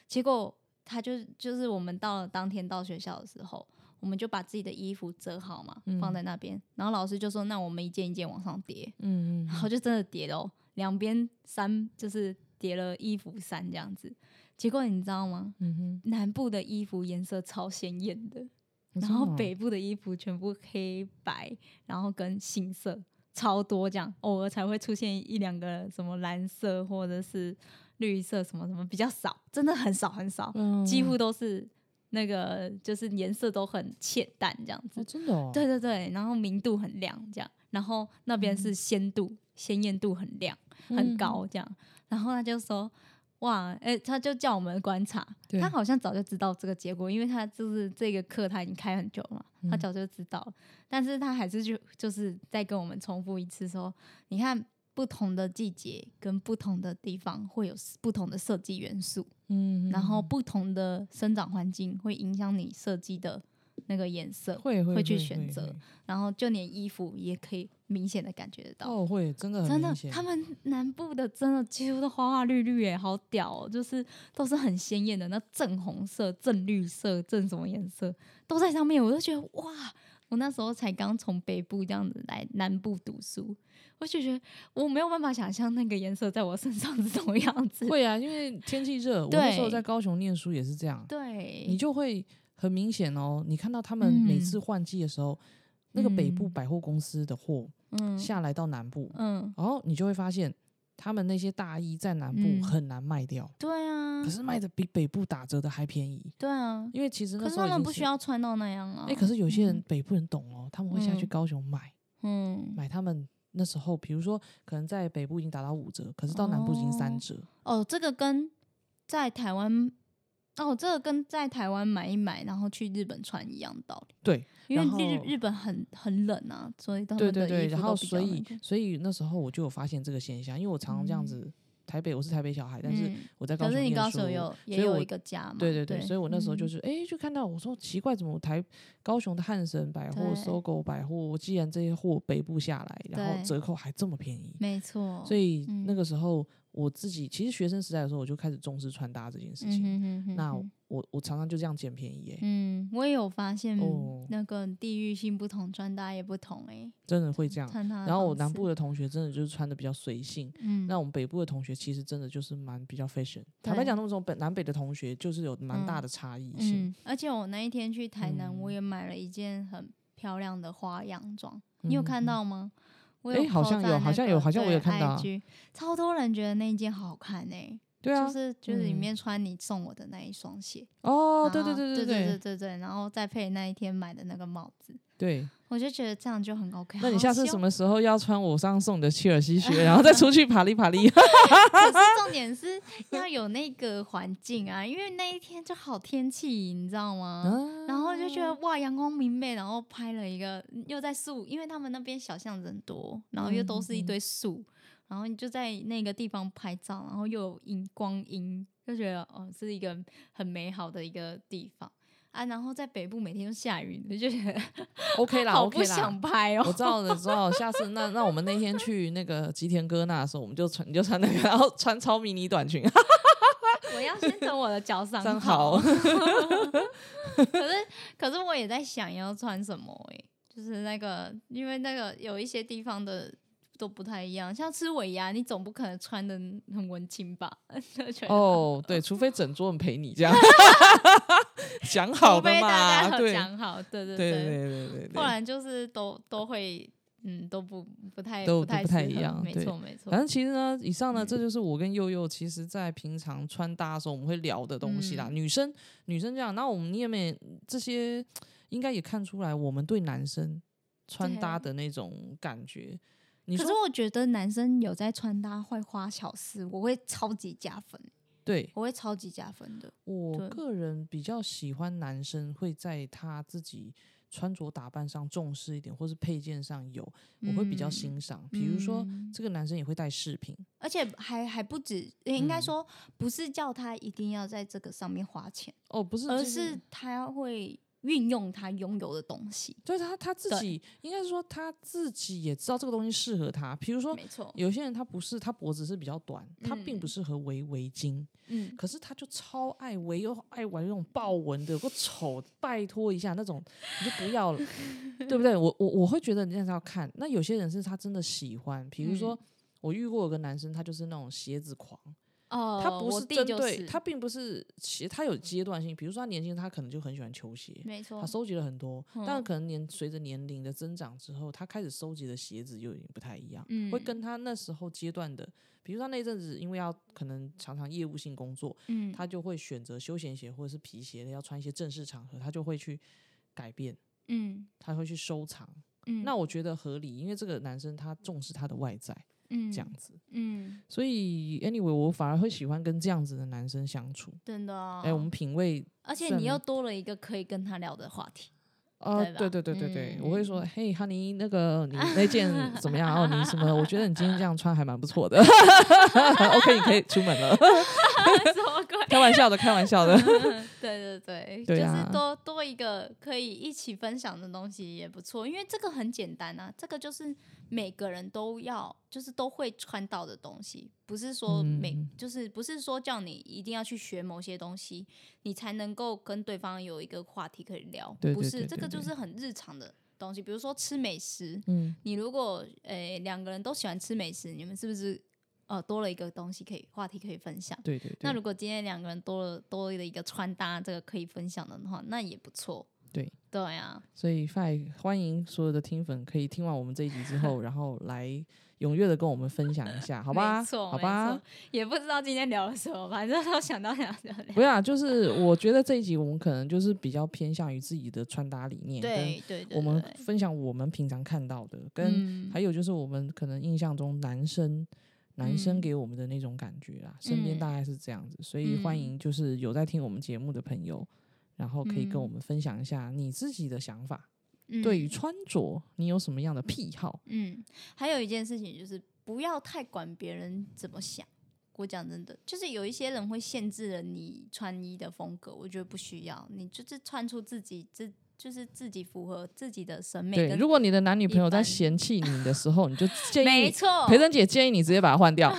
Speaker 2: 结果他就就是我们到了当天到学校的时候，我们就把自己的衣服折好嘛，放在那边。然后老师就说：“那我们一件一件往上叠。”
Speaker 1: 嗯
Speaker 2: 然
Speaker 1: 嗯
Speaker 2: 后就真的叠了哦，两边三就是叠了衣服三这样子。结果你知道吗？
Speaker 1: 嗯哼，
Speaker 2: 南部的衣服颜色超鲜艳的，
Speaker 1: 我
Speaker 2: 然
Speaker 1: 知
Speaker 2: 后
Speaker 1: 道
Speaker 2: 北部的衣服全部黑白，然后跟杏色超多这样，偶尔才会出现一两个什么蓝色或者是绿色什么什么，比较少，真的很少很少，
Speaker 1: 嗯
Speaker 2: 几乎都是那个就是颜色都很浅淡这样
Speaker 1: 哦
Speaker 2: 子。
Speaker 1: 真的哦，
Speaker 2: 对对对，然后明度很亮这样，然后那边是鲜度、鲜艳度很亮很
Speaker 1: 嗯
Speaker 2: 高这样，然后他就说。哇，哎、他就叫我们观察，
Speaker 1: 对
Speaker 2: 他好像早就知道这个结果，因为他就是这个课他已经开很久了嘛，他
Speaker 1: 嗯
Speaker 2: 早就知道了，但是他还是就就是再跟我们重复一次说，你看不同的季节跟不同的地方会有不同的设计元素，
Speaker 1: 嗯
Speaker 2: 然后不同的生长环境会影响你设计的那个颜色，
Speaker 1: 会会
Speaker 2: 会去选择
Speaker 1: 会
Speaker 2: 然后就连衣服也可以明显的感觉得到。
Speaker 1: 哦会真的很
Speaker 2: 真的
Speaker 1: 明，显
Speaker 2: 他们南部的真的几乎都花花绿绿哎，好屌哦！就是都是很鲜艳的，那正红色、正绿色、正什么颜色都在上面，我都觉得哇！我那时候才刚从北部这样子来南部读书，我就觉得我没有办法想象那个颜色在我身上是什么样子。
Speaker 1: 会啊，因为天气热，我那时候
Speaker 2: 对
Speaker 1: 在高雄念书也是这样，
Speaker 2: 对，嗯
Speaker 1: 你就会很明显哦，你看到他们每次换季的时候。那个北部
Speaker 2: 嗯
Speaker 1: 百货公司的货
Speaker 2: 嗯
Speaker 1: 下来到南部，
Speaker 2: 嗯，
Speaker 1: 然后你就会发现，他们那些大衣在南部
Speaker 2: 嗯
Speaker 1: 很难卖掉，
Speaker 2: 对啊
Speaker 1: 可，是卖的比北部打折的还便宜，
Speaker 2: 对啊，
Speaker 1: 因为其实那
Speaker 2: 可是
Speaker 1: 时候
Speaker 2: 他
Speaker 1: 已
Speaker 2: 们
Speaker 1: 经
Speaker 2: 不需。要穿到那样啊。
Speaker 1: 哎、可是有些人
Speaker 2: 嗯
Speaker 1: 北部人懂哦，他们会下去
Speaker 2: 嗯
Speaker 1: 高雄买、
Speaker 2: 嗯，
Speaker 1: 买他们那时候，比如说可能在北部已经打到五折，可是到南部已经三
Speaker 2: 哦
Speaker 1: 折，
Speaker 2: 哦，这个跟在台湾，哦，这个跟在台湾买一买，然后去日本穿一样的道理，
Speaker 1: 对，
Speaker 2: 因为
Speaker 1: 然后
Speaker 2: 日日本很很冷啊，所以他
Speaker 1: 对
Speaker 2: 们
Speaker 1: 对
Speaker 2: 的
Speaker 1: 对，
Speaker 2: 衣服
Speaker 1: 然
Speaker 2: 都
Speaker 1: 后
Speaker 2: 比较
Speaker 1: 所
Speaker 2: 那
Speaker 1: 以
Speaker 2: 个
Speaker 1: 所以那时候我就有发现这个现象，因为我常常这样
Speaker 2: 嗯
Speaker 1: 子，台北我是台北小孩，但是
Speaker 2: 嗯
Speaker 1: 我在高
Speaker 2: 可
Speaker 1: 雄
Speaker 2: 是你
Speaker 1: 念
Speaker 2: 高
Speaker 1: 书
Speaker 2: 手有也
Speaker 1: 所以我
Speaker 2: 有一个家嘛，
Speaker 1: 对
Speaker 2: 对
Speaker 1: 对对，所以我那时候就
Speaker 2: 嗯
Speaker 1: 是哎、诶就看到我说奇怪，怎么台高雄的汉神百货、
Speaker 2: 对
Speaker 1: 搜狗百货，既然这些货北部下来，然后
Speaker 2: 对
Speaker 1: 折扣还这么便宜，
Speaker 2: 没错，
Speaker 1: 所
Speaker 2: 以
Speaker 1: 以那
Speaker 2: 嗯
Speaker 1: 个时候我自己其实学生时代的时候，我就开始重视穿搭这件事
Speaker 2: 嗯
Speaker 1: 情。
Speaker 2: 哼哼哼
Speaker 1: 那
Speaker 2: 哼
Speaker 1: 我我常常就这样捡便宜、欸，
Speaker 2: 嗯，我也有发现
Speaker 1: 哦
Speaker 2: 那个地域性不同，穿搭也不同哎、
Speaker 1: 真的会这样。
Speaker 2: 穿搭的
Speaker 1: 然后我
Speaker 2: 方
Speaker 1: 南
Speaker 2: 式
Speaker 1: 部，的同学真的就是穿的比较随性，
Speaker 2: 嗯，
Speaker 1: 那我们北部的同学其实真的就是蛮比较 fashion。坦白
Speaker 2: 对
Speaker 1: 讲，那么种北南北的同学就是有蛮大
Speaker 2: 嗯
Speaker 1: 的差异性。
Speaker 2: 嗯，而且我那一天去台南，我
Speaker 1: 嗯
Speaker 2: 也买了一件很漂亮的花样装，你有
Speaker 1: 嗯
Speaker 2: 看
Speaker 1: 嗯
Speaker 2: 到吗？我
Speaker 1: 诶好
Speaker 2: po
Speaker 1: 像有
Speaker 2: 在
Speaker 1: 好
Speaker 2: 那
Speaker 1: 像有
Speaker 2: 个
Speaker 1: 好像我
Speaker 2: 对
Speaker 1: 有看到啊
Speaker 2: IG 超多人觉得那一件好看哎、
Speaker 1: 对啊
Speaker 2: 就，是就是里
Speaker 1: 嗯
Speaker 2: 面穿你送我的那一双鞋，
Speaker 1: 哦，对
Speaker 2: 然
Speaker 1: 对对
Speaker 2: 后啊对对
Speaker 1: 对
Speaker 2: 对对，然后再配那一天买的那个帽子，
Speaker 1: 对。
Speaker 2: 我就觉得这样就很 OK。
Speaker 1: 那你
Speaker 2: 哎好
Speaker 1: 下次
Speaker 2: 希
Speaker 1: 什
Speaker 2: 望？
Speaker 1: 么时候要穿我上送你的切尔西 靴，然后再出去爬哩爬哩？
Speaker 2: 可是重点是要有那个环境啊，因为那一天就好天气，你知道吗？然后就
Speaker 1: 嗯
Speaker 2: 觉得哇，阳光明媚，然后拍了一个，又在树，因为他们那边小巷子很多，
Speaker 1: 嗯
Speaker 2: 然后又都是一堆树，然后你就在那个地方拍照，然后又有荧光阴，就觉得哦，是一个很美好的一个地方啊。然后在北部每天都下雨，你就觉得
Speaker 1: OK 啦
Speaker 2: 好
Speaker 1: ，OK
Speaker 2: 不
Speaker 1: 啦
Speaker 2: 想。拍哦。
Speaker 1: 我知道了，知道了。下次那那我们那天去那个吉田哥那的时候，我们就穿你就穿那个，然后穿超迷你短裙，
Speaker 2: 我要先等我的脚伤
Speaker 1: 真
Speaker 2: 好
Speaker 1: 好。
Speaker 2: 可是可是我也在想要穿什么哎、就是那个，因为那个有一些地方的都不太一样，像吃尾牙，你总不可能穿的很文青吧？ 就觉得，
Speaker 1: 哦，对，除非整桌人陪你这 样，想
Speaker 2: 除
Speaker 1: 好的
Speaker 2: 非大
Speaker 1: 嘛，
Speaker 2: 家
Speaker 1: 对
Speaker 2: 有讲好，对对
Speaker 1: 对对对对对
Speaker 2: 不
Speaker 1: 对。
Speaker 2: 然就是都都会，嗯，都不不太
Speaker 1: 都
Speaker 2: 太
Speaker 1: 都不太
Speaker 2: 适合
Speaker 1: 一样
Speaker 2: 没
Speaker 1: 对
Speaker 2: 错没错
Speaker 1: 反。正其实呢，以上呢，这就是我跟佑佑其实在平常穿搭的时候我们会聊的东西啦。女生女生这样，那我们你有没有这些应该也看出来，我们对男生穿搭
Speaker 2: 对
Speaker 1: 的那种感觉。你
Speaker 2: 可
Speaker 1: 说
Speaker 2: 是我觉得男生有在穿搭会花巧思，我会超级加分，
Speaker 1: 对
Speaker 2: 我会超级加分的。
Speaker 1: 我
Speaker 2: 对
Speaker 1: 个人比较喜欢男生会在他自己穿着打扮上重视一点，或是配件上有，我会比较
Speaker 2: 嗯
Speaker 1: 欣赏。比如说，
Speaker 2: 嗯
Speaker 1: 这个男生也会带饰品，
Speaker 2: 而且还还不止，诶应该
Speaker 1: 嗯
Speaker 2: 说不是叫他一定要在这个上面花钱，
Speaker 1: 哦，不是，
Speaker 2: 而
Speaker 1: 就是
Speaker 2: 他会运用他拥有的东西。
Speaker 1: 对他他自
Speaker 2: 对
Speaker 1: 己，应该是说他自己也知道这个东西适合他。比如说，
Speaker 2: 没错，
Speaker 1: 有些人他不是他脖子是比较短，他并不
Speaker 2: 嗯
Speaker 1: 适合围围巾，
Speaker 2: 嗯，
Speaker 1: 可是他就超爱围，又爱玩那种豹纹的，有个丑，拜托一下那种你就不 要了，对不对？我我我会觉得人家要看。那有些人是他真的喜欢，比如
Speaker 2: 嗯
Speaker 1: 说。我遇过有个男生，他就是那种鞋子狂，
Speaker 2: 哦，
Speaker 1: 他不
Speaker 2: 我
Speaker 1: 是
Speaker 2: 弟
Speaker 1: 针
Speaker 2: 就
Speaker 1: 对，
Speaker 2: 是
Speaker 1: 他并不是鞋，他有阶段性。比如说他年轻，他可能就很喜欢球鞋，
Speaker 2: 没错
Speaker 1: 他，收集了很多，但
Speaker 2: 嗯
Speaker 1: 可能年随着年龄的增长之后，他开始收集的鞋子又有点不太一样，
Speaker 2: 嗯
Speaker 1: 会跟他那时候阶段的，比如他那一阵子因为要可能常常业务性工作，
Speaker 2: 嗯，
Speaker 1: 他就会选择休闲鞋或者是皮鞋的，要穿一些正式场合，他就会去改变，
Speaker 2: 嗯
Speaker 1: 他会去收藏。
Speaker 2: 嗯，
Speaker 1: 那我觉得合理，因为这个男生他重视他的外在
Speaker 2: 嗯
Speaker 1: 这样子，
Speaker 2: 嗯，
Speaker 1: 所以 anyway 我反而会喜欢跟这样子的男生相处。
Speaker 2: 真的啊，
Speaker 1: 哎、我们品味
Speaker 2: 而且
Speaker 1: 算
Speaker 2: 你又多了一个可以跟他聊的话 题，
Speaker 1: 哦，
Speaker 2: 对
Speaker 1: 对
Speaker 2: 吧嗯
Speaker 1: 对对对对，我会说，嘿，honey，那个你那 件怎么样？哦，你什么？我觉得你今天这样穿还蛮不错的。OK，你可以出门了。
Speaker 2: 什么鬼？
Speaker 1: 开玩笑的，开玩笑的。
Speaker 2: 对对对，
Speaker 1: 对
Speaker 2: 就
Speaker 1: 啊
Speaker 2: 是多多一个可以一起分享的东西也不错，因为这个很简单啊，这个就是每个人都要，就是都会穿到的东西，不是说每，
Speaker 1: 嗯
Speaker 2: 就是不是说叫你一定要去学某些东西，你才能够跟对方有一个话题可以聊，
Speaker 1: 对
Speaker 2: 不
Speaker 1: 对
Speaker 2: 是
Speaker 1: 对
Speaker 2: 这
Speaker 1: 对
Speaker 2: 个就
Speaker 1: 对
Speaker 2: 是很日常的东西，比如说吃美食，
Speaker 1: 嗯，
Speaker 2: 你如果诶两个人都喜欢吃美食，你们是不是呃多了一个东西可以话题可以分享？
Speaker 1: 对对
Speaker 2: 那
Speaker 1: 对
Speaker 2: 如果今天两个人多了多了一个穿搭，这个可以分享的话，那也不错。
Speaker 1: 对。
Speaker 2: 对啊，
Speaker 1: 所以 Fi 欢迎所有的听粉可以听完我们这一集之 后，然后来踊跃的跟我们分享一下，好吧？
Speaker 2: 没错，
Speaker 1: 好
Speaker 2: 没
Speaker 1: 吧
Speaker 2: 错，，也不知道今天聊了什么，反正都想到想聊聊。
Speaker 1: 不要，就是我觉得这一集我们可能就是比较偏向于自己的穿搭理念，
Speaker 2: 对对
Speaker 1: 跟
Speaker 2: 对，
Speaker 1: 我们
Speaker 2: 对
Speaker 1: 分享我们平常看到的，跟
Speaker 2: 嗯
Speaker 1: 还有就是我们可能印象中男生。男生
Speaker 2: 嗯
Speaker 1: 给我们的那种感觉啦，身边
Speaker 2: 嗯
Speaker 1: 大概是这样子，所以欢
Speaker 2: 嗯
Speaker 1: 迎就是有在听我们节目的朋友，然后可以跟我
Speaker 2: 嗯
Speaker 1: 们分享一下你自己的想法，对于
Speaker 2: 嗯
Speaker 1: 穿着你有什么样的癖好？
Speaker 2: 嗯，还有一件事情就是不要太管别人怎么想。我讲真的，就是有一些人会限制了你穿衣的风格，我觉得不需要，你就是穿出自己自就是自己符合自己的审美
Speaker 1: 对，
Speaker 2: 跟
Speaker 1: 如。果你的男女朋友在
Speaker 2: 般
Speaker 1: 嫌弃你的时候，你就建
Speaker 2: 没
Speaker 1: 议
Speaker 2: 错，
Speaker 1: 培珍姐建议你直接把它换 掉，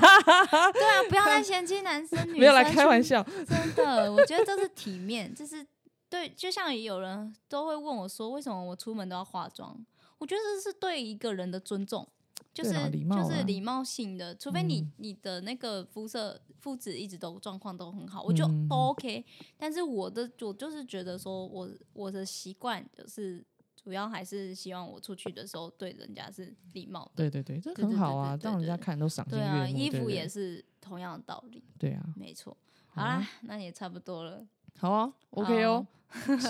Speaker 2: 对啊， 不要再嫌弃男 生女生，
Speaker 1: 没有来开玩，笑。
Speaker 2: 真的，我觉得这是体面，这是对。就像有人都会问我说，为什么我出门都要化妆？我觉得这是对一个人的尊重，就是
Speaker 1: 对啦礼貌啦
Speaker 2: 就是礼貌性的，除非你、
Speaker 1: 嗯
Speaker 2: 你的那个肤色肤质一直都状况都很好，我就
Speaker 1: 嗯
Speaker 2: 都 OK、但是我的我就是觉得说我我的习惯就是。主要还是希望我出去的时候对人家是礼貌的，
Speaker 1: 对对对，这
Speaker 2: 对
Speaker 1: 很
Speaker 2: 对
Speaker 1: 好
Speaker 2: 对
Speaker 1: 啊，
Speaker 2: 对对
Speaker 1: 让人家
Speaker 2: 对
Speaker 1: 看都赏心
Speaker 2: 对
Speaker 1: 悦
Speaker 2: 啊，
Speaker 1: 目。
Speaker 2: 衣
Speaker 1: 对不
Speaker 2: 服
Speaker 1: 对
Speaker 2: 也是同样的道理，
Speaker 1: 对啊，
Speaker 2: 没错。
Speaker 1: 好
Speaker 2: 好
Speaker 1: 啊
Speaker 2: 啦，那也差不多了。
Speaker 1: 好啊，OK 哦。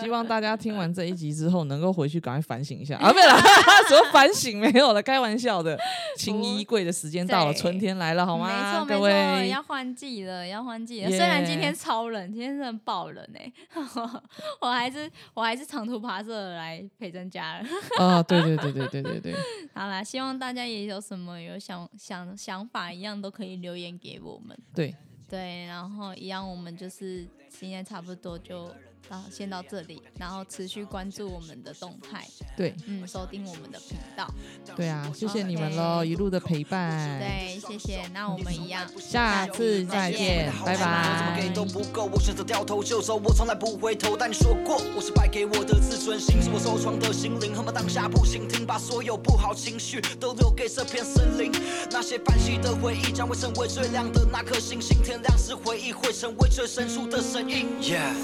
Speaker 1: 希望大家听完这一集之后，能够回去赶快反省一下啊！没有啦， 什么反省没有了，开玩笑的。清
Speaker 2: 不
Speaker 1: 衣柜的时间到了，
Speaker 2: 对
Speaker 1: 春天来了，好
Speaker 2: 没错
Speaker 1: 吗？
Speaker 2: 没
Speaker 1: 啊各
Speaker 2: 错，
Speaker 1: 位，
Speaker 2: 要换季了，要换季了。虽然今天
Speaker 1: 耶
Speaker 2: 超冷，今天真的爆冷哎、 我还是我还是长途跋涉来陪珍家了。
Speaker 1: 啊，对对对对对对对，
Speaker 2: 好啦，希望大家也有什么有想想想法一样，都可以留言给我们。
Speaker 1: 对
Speaker 2: 对，然后一样，我们就是今天差不多就到先到这里，然后持续关注我们的动态，
Speaker 1: 对
Speaker 2: 嗯，收听我们的频道。
Speaker 1: 对啊！谢谢你们喽，一路的陪伴。
Speaker 2: 对，谢谢。那我们一样，
Speaker 1: 下次再见，拜
Speaker 3: 我怎么给
Speaker 1: 拜。
Speaker 3: 都不够，我选择掉头就走，我从来不回头。但你说过，我是败给我的自尊心，是我受创的心灵。他们当下不醒，听把所有不好情绪都留给这片森林。那些泛起的回忆将会成为最亮的那颗星星，天亮时回忆会成为最深处的声音。Yeah。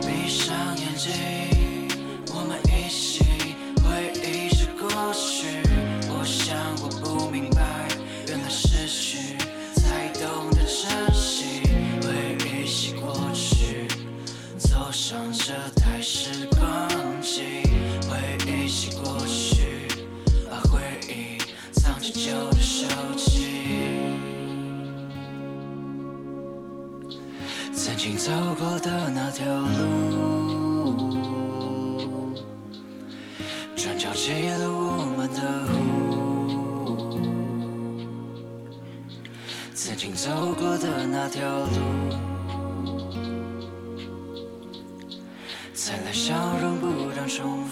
Speaker 4: 闭上眼睛，我们一起回忆着过去。我想我不明白，原来失去才懂得珍惜。回忆起过去，走上这台时光机。回忆起过去，把回忆藏进旧的手机。曾经走过的那条路，转角记录我们的湖。曾经走过的那条路，才来笑容不让重复。